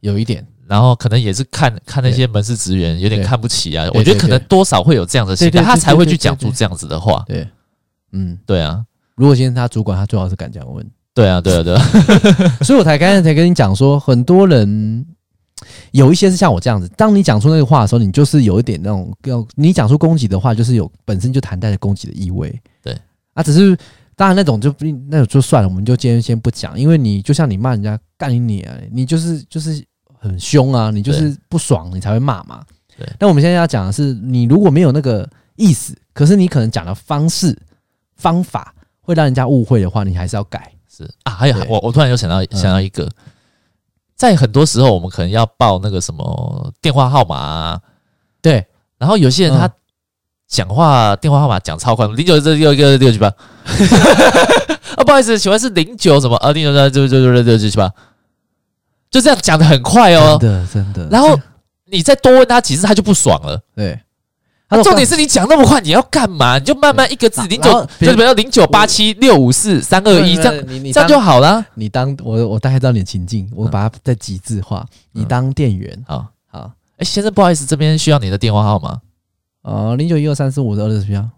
Speaker 2: 有一点，
Speaker 1: 然后可能也是看看那些门市职员有点
Speaker 2: 对
Speaker 1: 看不起啊，
Speaker 2: 对
Speaker 1: 我觉得
Speaker 2: 对
Speaker 1: 可能多少会有这样的心
Speaker 2: 对
Speaker 1: 态，
Speaker 2: 对
Speaker 1: 他
Speaker 2: 对
Speaker 1: 才会去
Speaker 2: 对对
Speaker 1: 讲
Speaker 2: 对
Speaker 1: 出这样子的话。
Speaker 2: 对，嗯。
Speaker 1: 对啊，
Speaker 2: 如果今天他主管，他最好是敢这样问，
Speaker 1: 对啊，对啊，
Speaker 2: <laughs>
Speaker 1: 对啊，
Speaker 2: 所以我才刚才才跟你讲说，很多人有一些是像我这样子，当你讲出那个话的时候，你就是有一点那种要你讲出攻击的话，就是有本身就含带着攻击的意味。
Speaker 1: 对，
Speaker 2: 啊，只是当然那种就不那种就算了，我们就今天先不讲，因为你就像你骂人家干你啊，你就是就是很凶啊，你就是不爽你才会骂嘛。
Speaker 1: 对
Speaker 2: 但我们现在要讲的是，你如果没有那个意思，可是你可能讲的方式方法会让人家误会的话，你还是要改。
Speaker 1: 是啊，还有
Speaker 2: 对嗯
Speaker 1: 我我突然又想到想到一个，在很多时候我们可能要报那个什么电话号码啊，
Speaker 2: 对，
Speaker 1: 然后有些人他
Speaker 2: 嗯
Speaker 1: 讲话电话号码讲超快，零九这六六六七八。 <laughs> 啊，不好意思，请问是零九什么？啊，零九六六六六六七八，就这样讲的很快哦。
Speaker 2: 真的真的。
Speaker 1: 然后你再多问他几次，他就不爽了。
Speaker 2: 对，
Speaker 1: 啊重点
Speaker 2: 是
Speaker 1: 是你讲那么快，你要干嘛？你就慢慢一个字，
Speaker 2: 对
Speaker 1: 零
Speaker 2: 然后
Speaker 1: 九
Speaker 2: 别
Speaker 1: 就比如零九八七六五四三二一这样，
Speaker 2: 你
Speaker 1: 这
Speaker 2: 你
Speaker 1: 样就嗯好啦。
Speaker 2: 你当我我大概知道你的情境，我把它再极致化。
Speaker 1: 嗯
Speaker 2: 你当店员，
Speaker 1: 好，
Speaker 2: 好，
Speaker 1: 哎，先生，不好意思，这边需要你的电话号码。
Speaker 2: 呃，零九一二三四五的二十票，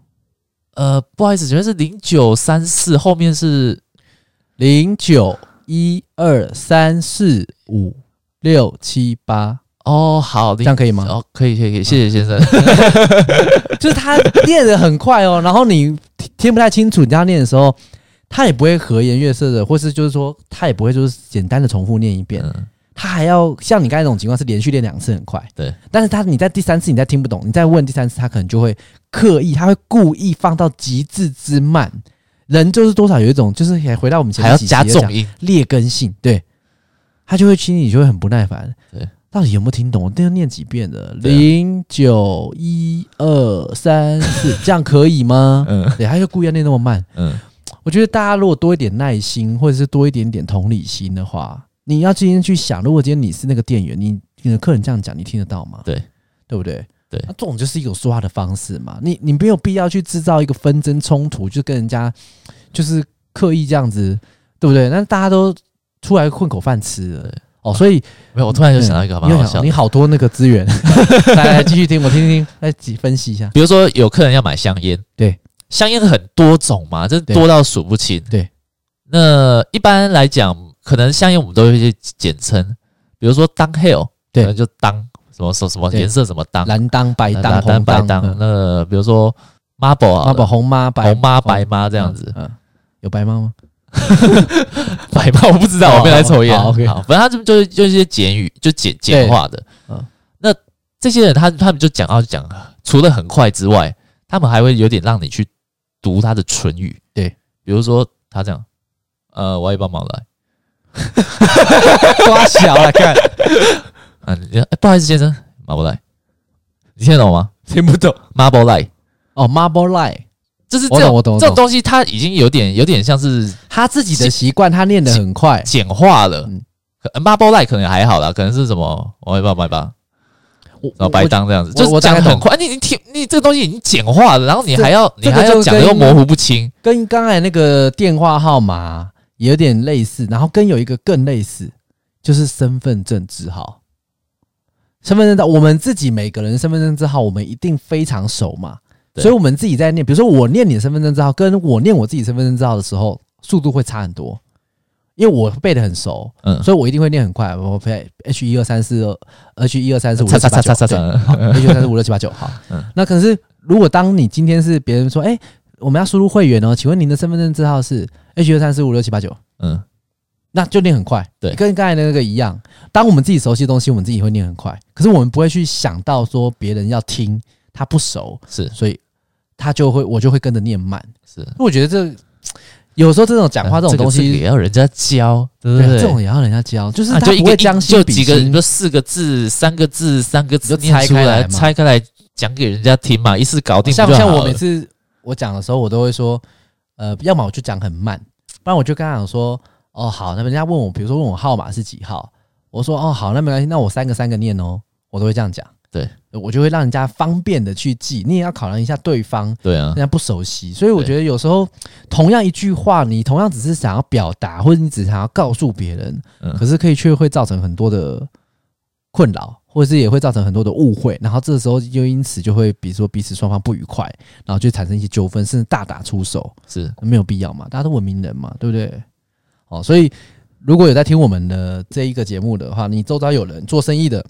Speaker 1: 呃，不好意思，请问是零九三四后面是
Speaker 2: 零九一二三四五六七八，
Speaker 1: 哦，好，
Speaker 2: 这
Speaker 1: 这
Speaker 2: 样可以吗？
Speaker 1: 哦，可以，可以，可以，谢谢先生。
Speaker 2: <laughs> 就是他念的很快哦，然后你听听不太清楚，你这样念的时候，他也不会和颜悦色的，或是就是说他也不会就是简单的重复念一遍。
Speaker 1: 嗯
Speaker 2: 他还要像你刚才那种情况是连续练两次很快，
Speaker 1: 对。
Speaker 2: 但是他你在第三次你再听不懂，你再问第三次，他可能就会刻意，他会故意放到极致之慢。人就是多少有一种，就是也回到我们前
Speaker 1: 还
Speaker 2: 面
Speaker 1: 要
Speaker 2: 几集
Speaker 1: 加
Speaker 2: 有讲
Speaker 1: 重音，
Speaker 2: 劣根性，对，他就会心里就会很不耐烦。
Speaker 1: 对，
Speaker 2: 到底有没有听懂？我都要念几遍的，
Speaker 1: 对啊
Speaker 2: 零九一二三四，这样可以吗？ <laughs>
Speaker 1: 嗯
Speaker 2: 对，他就故意要念那么慢。
Speaker 1: 嗯，
Speaker 2: 我觉得大家如果多一点耐心，或者是多一点点同理心的话，你要今天去想，如果今天你是那个店员，你你的客人这样讲，你听得到吗？
Speaker 1: 对，
Speaker 2: 对不对？
Speaker 1: 对
Speaker 2: 那、这种就是一种说话的方式嘛。你你没有必要去制造一个纷争冲突，就跟人家就是刻意这样子，对不对？那大家都出来混口饭吃了
Speaker 1: 对
Speaker 2: 哦，所以
Speaker 1: 没有，我突然就嗯想到一个蛮
Speaker 2: 你
Speaker 1: 好
Speaker 2: 有
Speaker 1: 笑
Speaker 2: 想
Speaker 1: 的
Speaker 2: 你，好多那个资
Speaker 1: <laughs>
Speaker 2: 源，来来继续听，我听听， <laughs> 来几分析一下。
Speaker 1: 比如说有客人要买香烟，
Speaker 2: 对，
Speaker 1: 香烟很多种嘛，真的
Speaker 2: 对
Speaker 1: 多到数不清。
Speaker 2: 对，
Speaker 1: 那一般来讲，可能香烟我们都会去简称，比如说当 hell，
Speaker 2: 对
Speaker 1: 可能就当什么什么什么
Speaker 2: 对
Speaker 1: 颜色什么当，
Speaker 2: 蓝当、白当、
Speaker 1: 蓝
Speaker 2: 红
Speaker 1: 白
Speaker 2: 当、
Speaker 1: 当，
Speaker 2: 嗯
Speaker 1: 那个比如说 marble
Speaker 2: 妈
Speaker 1: 啊
Speaker 2: 宝、红妈、白
Speaker 1: 红妈、白妈这
Speaker 2: 这
Speaker 1: 样子，
Speaker 2: 嗯，嗯有白妈吗？
Speaker 1: 白妈我不知道，我没有在抽烟。
Speaker 2: 哦好好，OK
Speaker 1: 好，反正他就就是就是一些简语，就简简化的。
Speaker 2: 嗯
Speaker 1: 那这些人他他们就讲到讲，除了很快之外，他们还会有点让你去读他的唇语。
Speaker 2: 对，
Speaker 1: 比如说他这样，呃，我要一包毛来。
Speaker 2: <laughs> 瓜小啊，看
Speaker 1: <laughs> 啊，你哎不好意思，先生，麻布来，你听得懂吗？
Speaker 2: 听不懂
Speaker 1: 麻布来，
Speaker 2: 哦。Marble Lie，
Speaker 1: 就是
Speaker 2: 我
Speaker 1: 这
Speaker 2: 懂
Speaker 1: 种
Speaker 2: 我懂我
Speaker 1: 这种
Speaker 2: 懂。
Speaker 1: 东西，它已经有点有点像是
Speaker 2: 他自己的习惯，他念得很快，
Speaker 1: 简化了
Speaker 2: 嗯。
Speaker 1: 可呃 Marble Light 可能还好啦，可能是什么我也不知道买吧，
Speaker 2: 我
Speaker 1: 然后白当这样子，
Speaker 2: 我
Speaker 1: 就是
Speaker 2: 我大
Speaker 1: 讲
Speaker 2: 概
Speaker 1: 得很
Speaker 2: 懂
Speaker 1: 快。啊你你听你这个东西已经简化了，然后你
Speaker 2: 这
Speaker 1: 还要你
Speaker 2: 这个
Speaker 1: 还要
Speaker 2: 就
Speaker 1: 讲的又
Speaker 2: 跟
Speaker 1: 模糊不清，
Speaker 2: 跟刚才那个电话号码也有点类似，然后跟有一个更类似，就是身份证字号。身份证字号，我们自己每个人身份证字号，我们一定非常熟嘛，
Speaker 1: 对
Speaker 2: 所以我们自己在念，比如说我念你的身份证字号，跟我念我自己身份证字号的时候，速度会差很多，因为我背得很熟，
Speaker 1: 嗯，
Speaker 2: 所以我一定会念很快，我背 H 一二三四二 H 一二三四五
Speaker 1: 叉
Speaker 2: 六
Speaker 1: 叉
Speaker 2: 七
Speaker 1: 叉
Speaker 2: 八
Speaker 1: 叉
Speaker 2: 九，
Speaker 1: 叉
Speaker 2: 对
Speaker 1: 叉，
Speaker 2: 一九三四五六七八九，好。
Speaker 1: 嗯
Speaker 2: 那可是如果当你今天是别人说，哎、我们要输入会员哦，请问您的身份证字号是 H 二三四五六七八九，
Speaker 1: <laughs> 嗯，
Speaker 2: 那就念很快，
Speaker 1: 对
Speaker 2: 跟刚才的那个一样。当我们自己熟悉的东西，我们自己会念很快，可是我们不会去想到说别人要听，他不熟，
Speaker 1: 是
Speaker 2: 所以他就会我就会跟着念慢。
Speaker 1: 是。
Speaker 2: 我觉得这有时候这种讲话这种
Speaker 1: 个
Speaker 2: 东
Speaker 1: 嗯这个也
Speaker 2: 西，
Speaker 1: 要人家教，对不
Speaker 2: 对啊
Speaker 1: 对？
Speaker 2: 这种也要人家教，就是
Speaker 1: 啊
Speaker 2: 他
Speaker 1: 就一
Speaker 2: 不
Speaker 1: 个
Speaker 2: 会
Speaker 1: 一
Speaker 2: 将
Speaker 1: 就
Speaker 2: 心比
Speaker 1: 几个，
Speaker 2: 心
Speaker 1: 你。说四个字、三个字、三个字
Speaker 2: 你就
Speaker 1: 念
Speaker 2: 拆
Speaker 1: 出
Speaker 2: 开
Speaker 1: 来，
Speaker 2: 来嘛
Speaker 1: 拆开来讲给人家听嘛，一次搞定不
Speaker 2: 像
Speaker 1: 就
Speaker 2: 像
Speaker 1: 好
Speaker 2: 我每
Speaker 1: 了
Speaker 2: 次我讲的时候，我都会说，呃，要么我就讲很慢，不然我就跟他讲说，哦好，那人家问我，比如说问我号码是几号，我说哦好，那没关系，那我三个三个念哦，我都会这样讲。
Speaker 1: 对，
Speaker 2: 我就会让人家方便的去记，你也要考量一下对方，
Speaker 1: 对啊
Speaker 2: 人，家不熟悉，所以我
Speaker 1: 对
Speaker 2: 觉得有时候同样一句话，你同样只是想要表达，或者你只是想要告诉别人，
Speaker 1: 嗯
Speaker 2: 可是可以却会造成很多的困扰，或者是也会造成很多的误会，然后这时候又因此就会，比如说彼此双方不愉快，然后就产生一些纠纷，甚至大打出手，
Speaker 1: 是
Speaker 2: 没有必要嘛，大家都文明人嘛，对不对？哦，所以如果有在听我们的这一个节目的话，你周遭有人做生意的，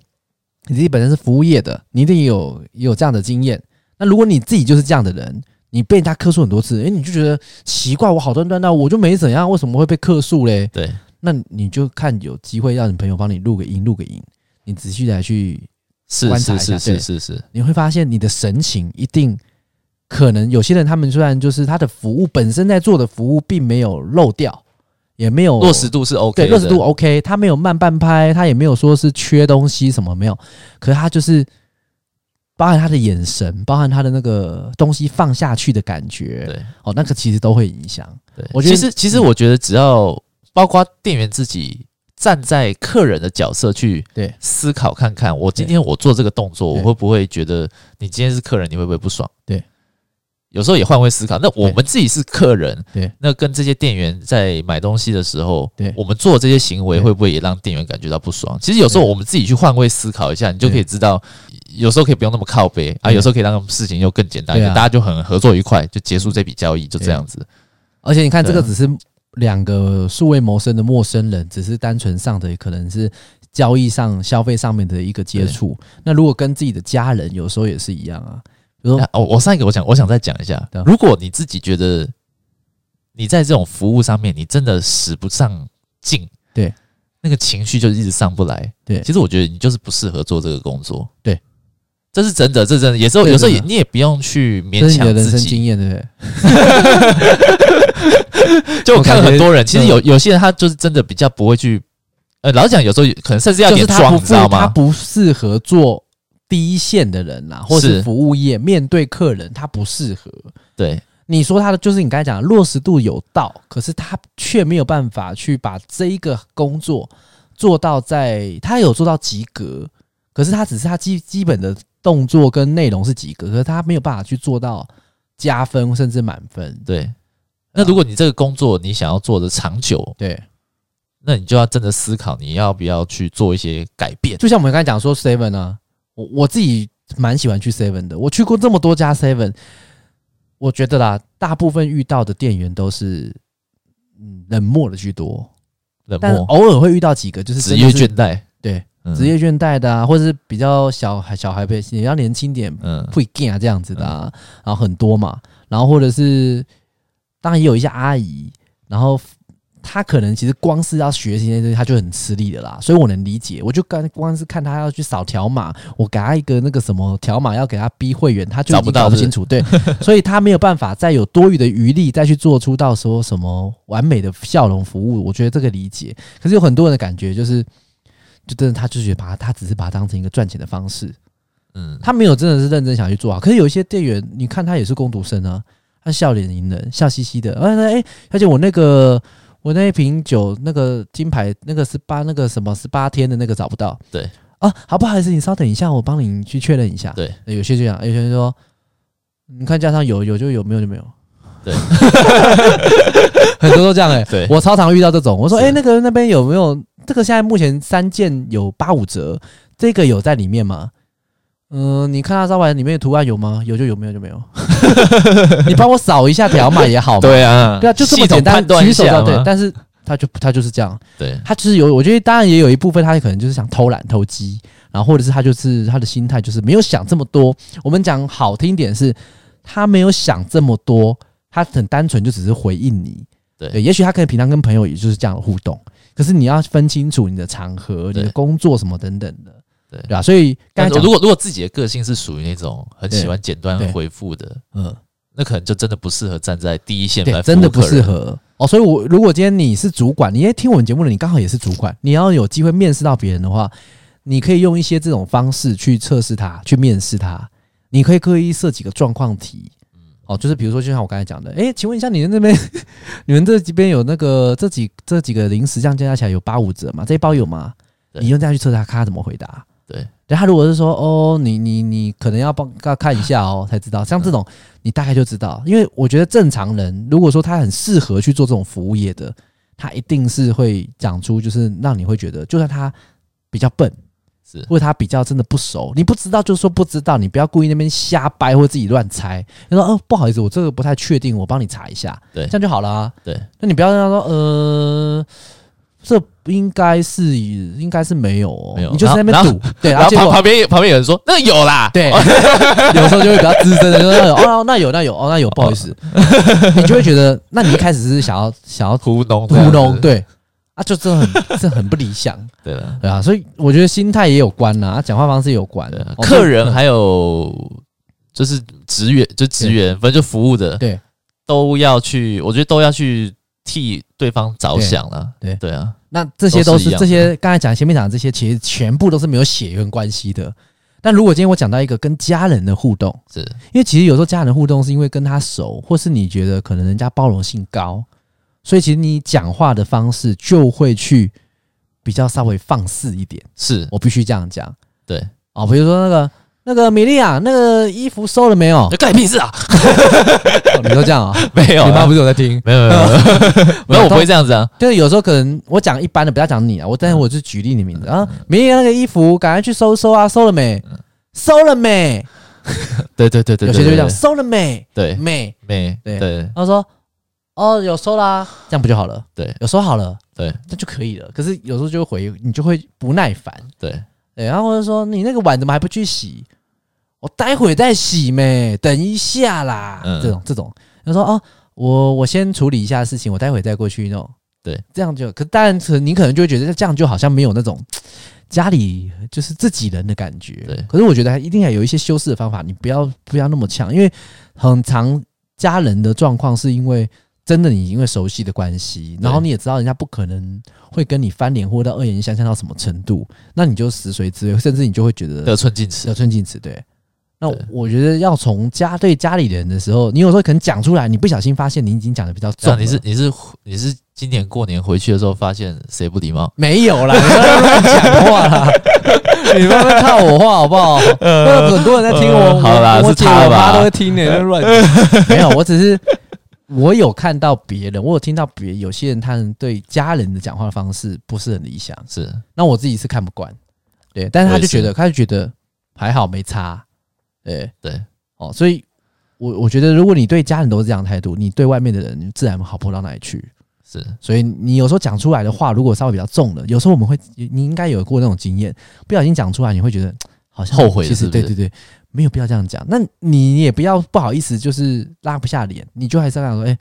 Speaker 2: 你自己本身是服务业的，你一定有也有这样的经验。那如果你自己就是这样的人，你被人家客诉很多次，诶，你就觉得奇怪，我好端端的，我就没怎样，为什么会被客诉嘞？
Speaker 1: 对，
Speaker 2: 那你就看有机会让你朋友帮你录个音，录个音，你仔细来去
Speaker 1: 是
Speaker 2: 观察
Speaker 1: 是
Speaker 2: 一下
Speaker 1: 是是是
Speaker 2: 对
Speaker 1: 是，
Speaker 2: 你会发现你的神情一定可能有些人他们虽然就是他的服务本身在做的服务并没有漏掉，也没有
Speaker 1: 落实度是 OK，
Speaker 2: 对
Speaker 1: 的
Speaker 2: 落实度 OK，他没有慢半拍，他也没有说是缺东西什么没有，可是他就是包含他的眼神，包含他的那个东西放下去的感觉，
Speaker 1: 对
Speaker 2: 哦，那个其实都会影响。
Speaker 1: 对，
Speaker 2: 我觉得
Speaker 1: 其实其实我觉得只要包括店员自己站在客人的角色去
Speaker 2: 对
Speaker 1: 思考看看，我今
Speaker 2: 对
Speaker 1: 天我做这个动作，我
Speaker 2: 对
Speaker 1: 会不会觉得你今天是客人，你会不会不爽？
Speaker 2: 对。
Speaker 1: 有时候也换位思考，那我
Speaker 2: 对
Speaker 1: 们自己是客人，
Speaker 2: 对，
Speaker 1: 那跟这些店员在买东西的时候，
Speaker 2: 对
Speaker 1: 我们做这些行为
Speaker 2: 对
Speaker 1: 会不会也让店员感觉到不爽？其实有时候
Speaker 2: 对
Speaker 1: 我们自己去换位思考一下，你就可以知道，有时候可以不用那么靠背啊，
Speaker 2: 对
Speaker 1: 有时候可以让事情又更简单一点，
Speaker 2: 对啊
Speaker 1: 大家就很合作愉快，就结束这笔交易，就这
Speaker 2: 对
Speaker 1: 样子。
Speaker 2: 而且你看，这
Speaker 1: 对啊
Speaker 2: 个只是两个素未谋生的陌生人，只是单纯上的可能是交易上、消费上面的一个接触。那如果跟自己的家人，有时候也是一样啊。比如说，
Speaker 1: 啊哦，我上一个我想我想再讲一下
Speaker 2: 对啊，
Speaker 1: 如果你自己觉得你在这种服务上面你真的使不上劲，
Speaker 2: 对，
Speaker 1: 那个情绪就一直上不来，
Speaker 2: 对
Speaker 1: 其实我觉得你就是不适合做这个工作，
Speaker 2: 对，
Speaker 1: 这是真的，这是真的，有时候
Speaker 2: 对
Speaker 1: 有时候也
Speaker 2: 真的
Speaker 1: 你也不用去
Speaker 2: 这
Speaker 1: 勉
Speaker 2: 是你
Speaker 1: 强
Speaker 2: 的人
Speaker 1: 自
Speaker 2: 生
Speaker 1: 己
Speaker 2: 经。验，对不对？
Speaker 1: 就我看了很多人，
Speaker 2: 我感觉嗯
Speaker 1: 其实有有些人他就是真的比较不会去，呃，老实讲有时候可能甚至要有
Speaker 2: 就是
Speaker 1: 点
Speaker 2: 他
Speaker 1: 装，
Speaker 2: 不
Speaker 1: 你知道
Speaker 2: 符他
Speaker 1: 吗？
Speaker 2: 不适合做第一线的人啦、或
Speaker 1: 是
Speaker 2: 是服务业面对客人，他不适合。
Speaker 1: 对，
Speaker 2: 你说他的就是你刚才讲的落实度有到，可是他却没有办法去把这一个工作做到在，他有做到及格，可是他只是他基基本的动作跟内容是及格，可是他没有办法去做到加分甚至满分。
Speaker 1: 对。那如果你这个工作你想要做的长久，
Speaker 2: 对，
Speaker 1: 那你就要真的思考你要不要去做一些改变。
Speaker 2: 就像我们刚才讲说 Seven 啊，我我自己蛮喜欢去 Seven 的，我去过这么多家 Seven，我觉得啦，大部分遇到的店员都是嗯冷漠的居多，
Speaker 1: 冷
Speaker 2: 但
Speaker 1: 漠、
Speaker 2: 偶尔会遇到几个就是
Speaker 1: 职
Speaker 2: 真
Speaker 1: 业
Speaker 2: 的是
Speaker 1: 倦怠，
Speaker 2: 对
Speaker 1: 嗯
Speaker 2: 职业倦怠的啊，或者是比较小孩小孩辈，比较年轻点
Speaker 1: 嗯
Speaker 2: 会 g 啊这样子的、啊，然后很多嘛，然后或者是当然也有一些阿姨，然后她可能其实光是要学习那些东西，她就很吃力的啦，所以我能理解，我就刚光是看她要去扫条码，我给她一个那个什么条码要给她逼会员，她就已
Speaker 1: 找不
Speaker 2: 经
Speaker 1: 到
Speaker 2: 搞不
Speaker 1: 是不
Speaker 2: 清楚，对， <laughs> 所以她没有办法再有多余的余力再去做出到时候什么完美的笑容服务，我觉得这个理解，可是有很多人的感觉就是。就真的，他就觉得把他，他只是把它当成一个赚钱的方式，
Speaker 1: 嗯，
Speaker 2: 他没有真的是认真想去做好。啊可是有一些店员，你看他也是工读生啊，他笑脸迎人，笑嘻嘻的。哎哎，哎小姐，我那个我那一瓶酒，那个金牌，那个十八那个什么十八天的那个找不到。
Speaker 1: 对
Speaker 2: 啊，好不好意思，你稍等一下，我帮你去确认一下。
Speaker 1: 对，
Speaker 2: 有些就这样，有些人说，你看加上有有就有，没有就没有。
Speaker 1: 对，
Speaker 2: <laughs> 很多都这样哎、
Speaker 1: 对
Speaker 2: 我超常遇到这种，我说
Speaker 1: 是
Speaker 2: 哎、那个那边有没有这个？现在目前三件有八五折，这个有在里面吗？嗯、你看它招牌里面的图案有吗？有就有，没有就没有。 <laughs> 你帮我扫一下条码也好嘛。
Speaker 1: 对啊，
Speaker 2: 对啊，就这么
Speaker 1: 系统
Speaker 2: 简单
Speaker 1: 判，断
Speaker 2: 举
Speaker 1: 一
Speaker 2: 手就
Speaker 1: 下
Speaker 2: 好对
Speaker 1: 嘛，。
Speaker 2: 但是他就他就是这样，
Speaker 1: 对
Speaker 2: 他就是有，我觉得当然也有一部分他可能就是想偷懒偷鸡，然后或者是他就是他的心态就是没有想这么多。我们讲好听一点是，他没有想这么多，他很单纯就只是回应你。
Speaker 1: 对
Speaker 2: 也许他可能平常跟朋友也就是这样的互动，可是你要分清楚你的场合、
Speaker 1: 对
Speaker 2: 你的工作什么等等的，
Speaker 1: 对
Speaker 2: 对吧、啊所以刚
Speaker 1: 但
Speaker 2: 才讲
Speaker 1: 如，果如果自己的个性是属于那种很喜欢简单
Speaker 2: 对对
Speaker 1: 回复的，
Speaker 2: 嗯，
Speaker 1: 那可能就真的不适合站在第一线来
Speaker 2: 对，
Speaker 1: 服务
Speaker 2: 真的不
Speaker 1: 客人
Speaker 2: 适。合哦。所以我，如果今天你是主管，你也听我们节目的，你刚好也是主管，你要有机会面试到别人的话，你可以用一些这种方式去测试他，去面试他。你可以刻意设几个状况题，哦，就是比如说，就像我刚才讲的，诶，请问一下，你们那边， <laughs> 你们这几边有那个这几这几个零食这样加起来有八五折吗？这一包有吗？
Speaker 1: 对
Speaker 2: 你用这样去测他，看他怎么回答。
Speaker 1: 对，
Speaker 2: 对他如果是说哦，你你你可能要帮要看一下哦，才知道。像这种你大概就知道，因为我觉得正常人如果说他很适合去做这种服务业的，他一定是会讲出就是让你会觉得，就算他比较笨，
Speaker 1: 是
Speaker 2: 或者他比较真的不熟，你不知道就说不知道，你不要故意那边瞎掰或自己乱猜。你说哦，不好意思，我这个不太确定，我帮你查一下，
Speaker 1: 对
Speaker 2: 这样就好了啊。
Speaker 1: 对，
Speaker 2: 那你不要让他说呃。这应该是应该是没有哦，
Speaker 1: 没有
Speaker 2: 你就在那
Speaker 1: 然
Speaker 2: 边
Speaker 1: 后
Speaker 2: 赌，对，啊
Speaker 1: 然后
Speaker 2: 结果
Speaker 1: 旁旁边旁边有人说那有啦，
Speaker 2: 对，有时候就会比较资深的，就说哦，那有那有哦，那有，不好意思，你就会觉得，那你一开始是想要想要
Speaker 1: 糊弄这样
Speaker 2: 糊
Speaker 1: 子
Speaker 2: 弄，对啊，就这很这很不理想，
Speaker 1: 对了，
Speaker 2: 对啊，所以我觉得心态也有关啦，啊讲话方式也有关
Speaker 1: 对了，，
Speaker 2: 哦
Speaker 1: 客人还有就是职员，就职员，反正就服务的，
Speaker 2: 对，
Speaker 1: 都要去，我觉得都要去替对方着想了，
Speaker 2: 对
Speaker 1: 对啊，
Speaker 2: 那这些都
Speaker 1: 都是
Speaker 2: 是
Speaker 1: 一样
Speaker 2: 这些刚才讲前面讲的这些，其实全部都是没有血缘关系的。但如果今天我讲到一个跟家人的互动，
Speaker 1: 是
Speaker 2: 因为其实有时候家人互动是因为跟他熟，或是你觉得可能人家包容性高，所以其实你讲话的方式就会去比较稍微放肆一点。
Speaker 1: 是，
Speaker 2: 我必须这样讲
Speaker 1: 对，
Speaker 2: 哦，比如说那个那个米莉亚，那个衣服收了没
Speaker 1: <laughs>
Speaker 2: 有？
Speaker 1: 干你屁事啊？
Speaker 2: 哦你都这样啊、
Speaker 1: 没有
Speaker 2: 你妈
Speaker 1: 啊，
Speaker 2: 不是有在听？
Speaker 1: 没有没有没有，没有，我不会这样子啊，
Speaker 2: 就是有时候可能我讲一般的，不要讲你啊，我但是我就举例你名
Speaker 1: 嗯
Speaker 2: 字啊，米莉亚那个衣服赶快去收收啊，收了没？收了没？
Speaker 1: 对对嗯对对，对
Speaker 2: 有些就
Speaker 1: 对
Speaker 2: 这样，收了没？
Speaker 1: 对，
Speaker 2: 没。
Speaker 1: 没
Speaker 2: 对
Speaker 1: 对
Speaker 2: 他说：“哦，有收啦、这样不就好了？
Speaker 1: 对
Speaker 2: 有收好了，
Speaker 1: 对
Speaker 2: 那就可以了。可是有时候就会回，你就会不耐烦，
Speaker 1: 对，
Speaker 2: 对，然后我就说你那个碗怎么还不去洗？我待会再洗咩，等一下啦，
Speaker 1: 嗯
Speaker 2: 这种这种，他说哦，我我先处理一下事情，我待会再过去弄。
Speaker 1: 对，
Speaker 2: 这样就可，当然可你可能就会觉得这样就好像没有那种家里就是自己人的感觉。
Speaker 1: 对
Speaker 2: 可是我觉得还一定还有一些修饰的方法，你不要不要那么强，因为很常家人的状况是因为真的你因为熟悉的关系，然后你也知道人家不可能会跟你翻脸或到恶言相向到什么程度，那你就食髓知味，甚至你就会觉得
Speaker 1: 得寸进尺
Speaker 2: 得，寸进尺。对，啊那
Speaker 1: 对
Speaker 2: 我觉得要从家对家里人的时候，你有时候可能讲出来，你不小心发现你已经讲的比较
Speaker 1: 这
Speaker 2: 重
Speaker 1: 样啊
Speaker 2: 了，
Speaker 1: 你是你是你是今年过年回去的时候发现谁不礼貌？
Speaker 2: 没有啦，你不要乱讲话啦，你慢慢套我话好不好？那很多人在听我，
Speaker 1: 呃 <laughs> 好啦
Speaker 2: 我我
Speaker 1: 是
Speaker 2: 姐
Speaker 1: 他
Speaker 2: 我
Speaker 1: 吧
Speaker 2: 妈都会听呢，在乱
Speaker 1: <laughs>
Speaker 2: 讲。没有，我只是我有看到别人，我有听到别有些人他们对家人的讲话方式不是很理想，
Speaker 1: <laughs> 是
Speaker 2: 那我自己是看不惯，对，但是他就觉得他就觉得还好没差，啊对
Speaker 1: 对
Speaker 2: 哦，所以我我觉得如果你对家人都是这样的态度，你对外面的人自然好不到哪里去。
Speaker 1: 是，
Speaker 2: 所以你有时候讲出来的话，如果稍微比较重的，有时候我们会，你应该有过那种经验，不小心讲出来，你会觉得好像
Speaker 1: 后悔了
Speaker 2: 其实
Speaker 1: 是不
Speaker 2: 对
Speaker 1: 是
Speaker 2: 对对，没有必要这样讲。那你也不要不好意思，就是拉不下脸，你就还是要讲说，哎、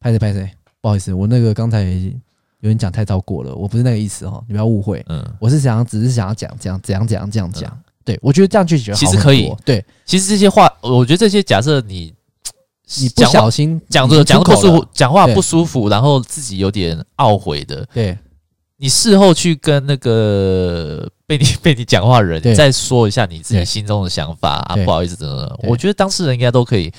Speaker 2: 拍谁拍谁，不好意思，我那个刚才有人讲太超过了，我不是那个意思哦，你不要误会，
Speaker 1: 嗯，
Speaker 2: 我是想只是想要讲这样怎样怎样这样讲。对，我觉得这样拒绝
Speaker 1: 其实可以，
Speaker 2: 对
Speaker 1: 其实这些话，我觉得这些假设你
Speaker 2: 你不
Speaker 1: 讲话
Speaker 2: 小心
Speaker 1: 讲
Speaker 2: 你
Speaker 1: 着讲
Speaker 2: 出
Speaker 1: 得不
Speaker 2: 口
Speaker 1: 舒
Speaker 2: 了
Speaker 1: 服，讲话
Speaker 2: 对
Speaker 1: 不舒服，然后自己有点懊悔的，
Speaker 2: 对
Speaker 1: 你事后去跟那个被你 <laughs> 被你讲话的人
Speaker 2: 对
Speaker 1: 你再说一下你自己
Speaker 2: 对
Speaker 1: 心中的想法啊，
Speaker 2: 对
Speaker 1: 不好意思，真的，
Speaker 2: 对
Speaker 1: 我觉得当事人应该都可以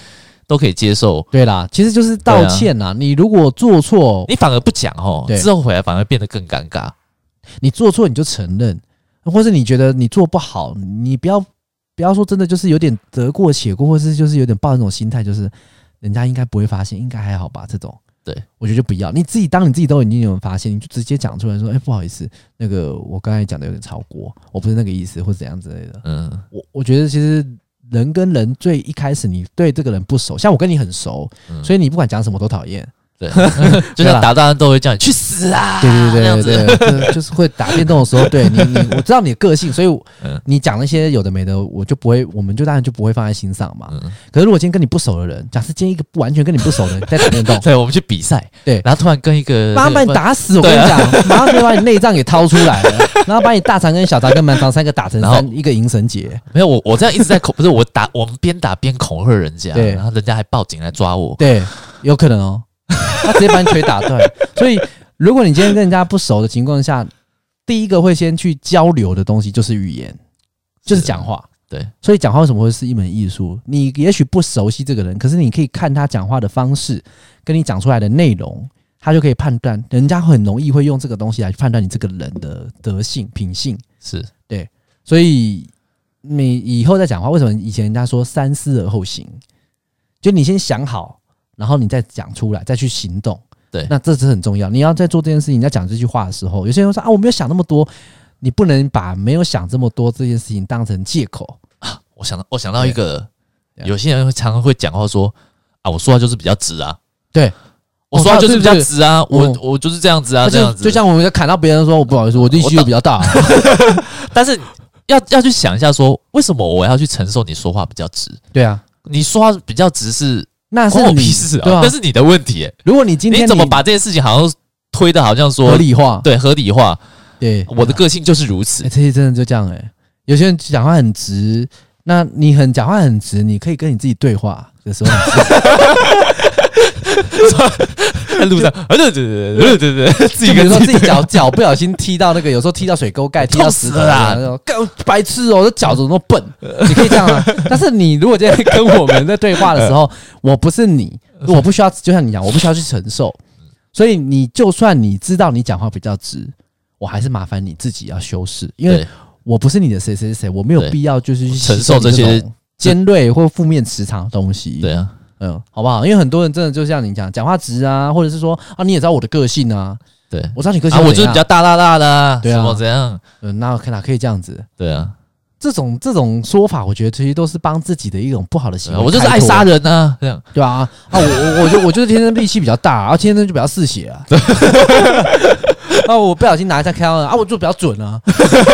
Speaker 1: 都可以接受。
Speaker 2: 对啦，其实就是道
Speaker 1: 对啊
Speaker 2: 歉啦。你如果做错，
Speaker 1: 你反而不讲哦，
Speaker 2: 对
Speaker 1: 之后回来反而变得更尴尬。
Speaker 2: 你做错你就承认，或是你觉得你做不好，你不要不要说真的就是有点得过且过，或是就是有点抱那种心态，就是人家应该不会发现，应该还好吧这种。
Speaker 1: 对，
Speaker 2: 我觉得就不要，你自己当你自己都已经有人发现，你就直接讲出来说，哎、不好意思，那个我刚才讲的有点超过，我不是那个意思，或怎样之类的。
Speaker 1: 嗯，
Speaker 2: 我我觉得其实人跟人最一开始你对这个人不熟，像我跟你很熟，
Speaker 1: 嗯
Speaker 2: 所以你不管讲什么我都讨厌。 <laughs>
Speaker 1: 对，就像打大人都会叫你去死啊，那样
Speaker 2: 对对
Speaker 1: 子。
Speaker 2: 对对对，就就是会打电动的时候，对你你我知道你的个性，所以我
Speaker 1: 嗯
Speaker 2: 你讲那些有的没的，我就不会，我们就当然就不会放在心上嘛。
Speaker 1: 嗯
Speaker 2: 可是如果今天跟你不熟的人，假设今天一个不完全跟你不熟的人在打电动，
Speaker 1: <laughs> 对，我们去比赛，
Speaker 2: 对
Speaker 1: 然后突然跟一个
Speaker 2: 妈把你，打死，我跟你讲，
Speaker 1: 啊
Speaker 2: 马上就把你内脏给掏出来了，然后把你大肠跟小肠跟盲肠三个打成
Speaker 1: 然后
Speaker 2: 三一个银绳结，
Speaker 1: 没有我，我这样一直在恐，不是我打，我们边打边恐吓人家，
Speaker 2: 对
Speaker 1: 然后人家还报警来抓我。
Speaker 2: 对，有可能哦， <laughs> 他直接把你腿打断。所以如果你今天跟人家不熟的情况下，第一个会先去交流的东西就是语言，就是
Speaker 1: 是
Speaker 2: 讲话。
Speaker 1: 对，
Speaker 2: 所以讲话为什么会是一门艺术？你也许不熟悉这个人，可是你可以看他讲话的方式，跟你讲出来的内容，他就可以判断。人家很容易会用这个东西来判断你这个人的德性、品性。
Speaker 1: 是，
Speaker 2: 所以你以后再讲话，为什么以前人家说三思而后行？就你先想好，然后你再讲出来，再去行动。
Speaker 1: 对
Speaker 2: 那这是很重要。你要在做这件事情，你在讲这句话的时候，有些人会说啊，我没有想那么多。你不能把没有想这么多这件事情当成借口。
Speaker 1: 我想到，我想到一个，
Speaker 2: 对
Speaker 1: 有些人会常常会讲话说啊，我说话就是比较直啊，
Speaker 2: 对，
Speaker 1: 我说话就是比较
Speaker 2: 对对
Speaker 1: 直啊，我
Speaker 2: 嗯
Speaker 1: 我就是这样子啊，
Speaker 2: 而
Speaker 1: 这
Speaker 2: 且
Speaker 1: 样子。
Speaker 2: 就像我们在砍到别人说，我不好意思，我力气又比较大。
Speaker 1: 但是要要去想一下说，为什么我要去承受你说话比较直？
Speaker 2: 对啊，
Speaker 1: 你说话比较直是
Speaker 2: 那是
Speaker 1: 关我
Speaker 2: 你
Speaker 1: 屁事
Speaker 2: 对
Speaker 1: 啊
Speaker 2: 啊，
Speaker 1: 那。是你的问题耶、
Speaker 2: 如果你今天
Speaker 1: 你怎么把这件事情好像推的好像
Speaker 2: 合
Speaker 1: 说
Speaker 2: 理化？
Speaker 1: 对合理化？
Speaker 2: 对，
Speaker 1: 我的个性就是如此
Speaker 2: 欸、，这些真的就这样哎、有些人讲话很直，那你很讲话很直，你可以跟你自己对话的时候很直，
Speaker 1: 在路上，啊对对对对对对对，自己
Speaker 2: 就比
Speaker 1: 跟
Speaker 2: 如说
Speaker 1: 自
Speaker 2: 自
Speaker 1: 己
Speaker 2: 己脚脚不小心踢到那个，有时候踢到水沟盖，踢到石头
Speaker 1: 痛死
Speaker 2: 啊，
Speaker 1: 了啦
Speaker 2: 那种干白痴哦、这脚怎么那么笨？你可以这样啊。但是你如果今天跟我们在对话的时候，我不是你，我不需要，就像你讲，我不需要去承受。所以你就算你知道你讲话比较直，我还是麻烦你自己要修饰，因为
Speaker 1: 对
Speaker 2: 我不是你的谁谁谁，我没有
Speaker 1: 对
Speaker 2: 必要就是去
Speaker 1: 承受
Speaker 2: 吸收你
Speaker 1: 这些
Speaker 2: 种尖锐或负面磁场的东西。
Speaker 1: 对，啊，
Speaker 2: 嗯，好不好？因为很多人真的就像你讲，讲话直啊，或者是说啊，你也知道我的个性啊，
Speaker 1: 对
Speaker 2: 我知道你个性
Speaker 1: 啊，
Speaker 2: 怎样、
Speaker 1: 我就是比较大大大的啊，
Speaker 2: 对啊
Speaker 1: 什么怎样？
Speaker 2: 嗯，那可哪可以这样子？
Speaker 1: 对啊，
Speaker 2: 这种这种说法，我觉得其实都是帮自己的一种不好的行
Speaker 1: 对啊
Speaker 2: 为。
Speaker 1: 我就是爱杀
Speaker 2: 人，
Speaker 1: 人啊，这样
Speaker 2: 对啊，啊，我我我就我就是天生力气比较大，啊，天生就比较嗜血啊。 <laughs> 啊，我不小心拿一下开枪啊，我做比较准啊。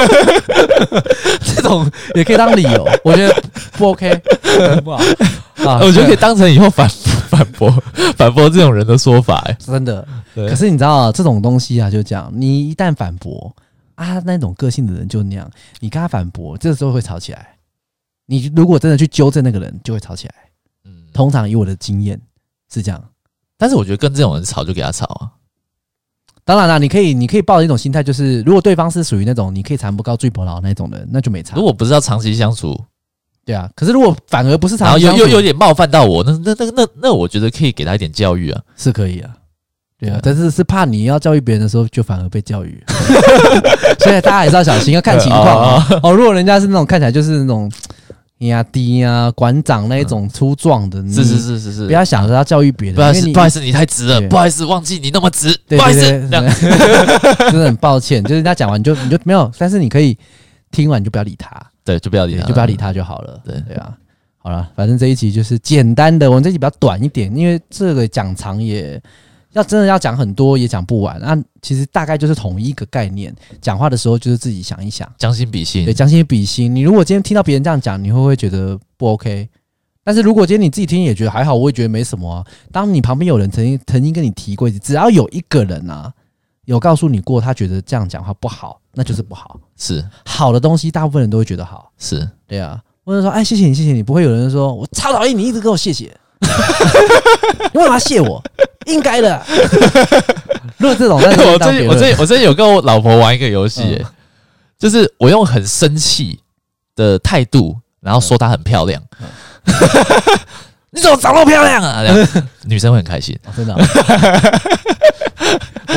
Speaker 2: <laughs> 这种也可以当理由，我觉得不 OK，不好啊
Speaker 1: 啊我觉得可以
Speaker 2: 对
Speaker 1: 当成以后反 <laughs> 反驳反驳这种人的说法、欸。
Speaker 2: 真的。
Speaker 1: 对
Speaker 2: 可是你知道、啊、这种东西啊，就这样，你一旦反驳啊，那种个性的人就那样，你跟他反驳，这时候会吵起来。你如果真的去纠正那个人，就会吵起来。
Speaker 1: 嗯，
Speaker 2: 通常以我的经验是这样。
Speaker 1: 但是我觉得跟这种人吵就给他吵啊，
Speaker 2: 当然啦，你可以，你可以抱着一种心态，就是如果对方是属于那种你可以缠不告、最不牢那种人，那就没差
Speaker 1: 如。果不是要长期相处，
Speaker 2: 对啊，可是如果反而不是
Speaker 1: 然
Speaker 2: 缠
Speaker 1: 后
Speaker 2: 不
Speaker 1: 又
Speaker 2: 相
Speaker 1: 又
Speaker 2: 处
Speaker 1: 有点冒犯到我，那那那那那，我觉得可以给他一点教育啊。
Speaker 2: 是可以啊，对啊，但是是怕你要教育别人的时候，就反而被教育， <laughs> 所以大家还是要小心，要看情况
Speaker 1: <laughs> 哦
Speaker 2: 哦如果人家是那种看起来就是那种呀低啊馆长那一种粗壮的，你
Speaker 1: 是是是是是，
Speaker 2: 嗯不要想着要教育别人，
Speaker 1: 不好意
Speaker 2: 因为
Speaker 1: 思，
Speaker 2: 你
Speaker 1: 不好意思，你太直了，
Speaker 2: 对
Speaker 1: 不好意思，忘记你那么直，
Speaker 2: 对
Speaker 1: 不好意思，这
Speaker 2: 对
Speaker 1: 样
Speaker 2: 对，真的很抱歉，就是人家讲完你就你就没有，但是你可以听完你就不要理他，
Speaker 1: 对，就不要理
Speaker 2: 对
Speaker 1: 他，
Speaker 2: 就不要理他就好了。
Speaker 1: 对
Speaker 2: 对啊，好了，反正这一集就是简单的，我们这一集比较短一点，因为这个讲长也要真的要讲很多也讲不完。那、其实大概就是同一个概念，讲话的时候就是自己想一想，
Speaker 1: 将心比心
Speaker 2: 对，，将心比心。你如果今天听到别人这样讲，你会不会觉得不 OK？但是如果今天你自己听也觉得还好，我也觉得没什么啊。当你旁边有人曾经曾经跟你提过一次，只要有一个人啊有告诉你过，他觉得这样讲话不好，那就是不好。
Speaker 1: 是
Speaker 2: 好的东西，大部分人都会觉得好。
Speaker 1: 是，
Speaker 2: 对啊，或者说哎谢谢你谢谢你，不会有人说我超讨厌你一直跟我谢谢， <laughs> 你为什么要谢我？应该的。 <laughs> 如果这种，那就
Speaker 1: <laughs> 我
Speaker 2: 当
Speaker 1: 最近
Speaker 2: 别人
Speaker 1: 我最近我最近有跟我老婆玩一个游戏、
Speaker 2: 嗯
Speaker 1: 欸就是我用很生气的态度，然后说她很漂亮。 <laughs> 你怎么长那么漂亮啊？这样女生会很开心。
Speaker 2: 哦真的 <laughs> 啊、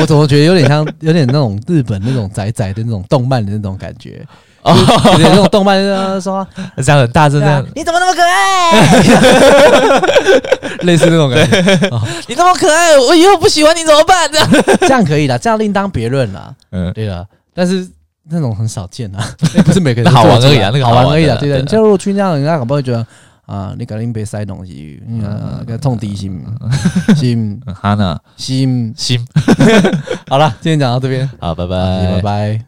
Speaker 2: 我怎么觉得有点像， <laughs> 有点那种日本那种宅宅的那种动漫的那种感觉，
Speaker 1: 哦，
Speaker 2: 有点那种动漫的呃 <laughs> 说，
Speaker 1: <laughs> 这样很大声，
Speaker 2: 对
Speaker 1: 这
Speaker 2: 啊
Speaker 1: 样，
Speaker 2: 你怎么那么可 <laughs> 爱，类似那种感觉，
Speaker 1: 你那么可爱，我以后不喜欢你怎么办？这样，
Speaker 2: 这样可以啦，这样另当别论啦，
Speaker 1: 嗯，
Speaker 2: 对啊，但是那种很少见啊， <laughs> 那不是每个人都
Speaker 1: 那好玩
Speaker 2: 做得出
Speaker 1: 而已啊
Speaker 2: 来
Speaker 1: 那个
Speaker 2: 好
Speaker 1: 好玩
Speaker 2: 玩而已
Speaker 1: 的
Speaker 2: 啊，
Speaker 1: 啦
Speaker 2: 对
Speaker 1: 对
Speaker 2: 的。
Speaker 1: 啊
Speaker 2: 你像如果去那样，人家可能会觉得啊，你肯定被塞东西，嗯啊，给他痛敌 <laughs> 心心
Speaker 1: 嗯哈娜
Speaker 2: 心。
Speaker 1: 心，
Speaker 2: <laughs> 好了，今天讲到这边，哎
Speaker 1: 好，拜拜，
Speaker 2: 拜拜。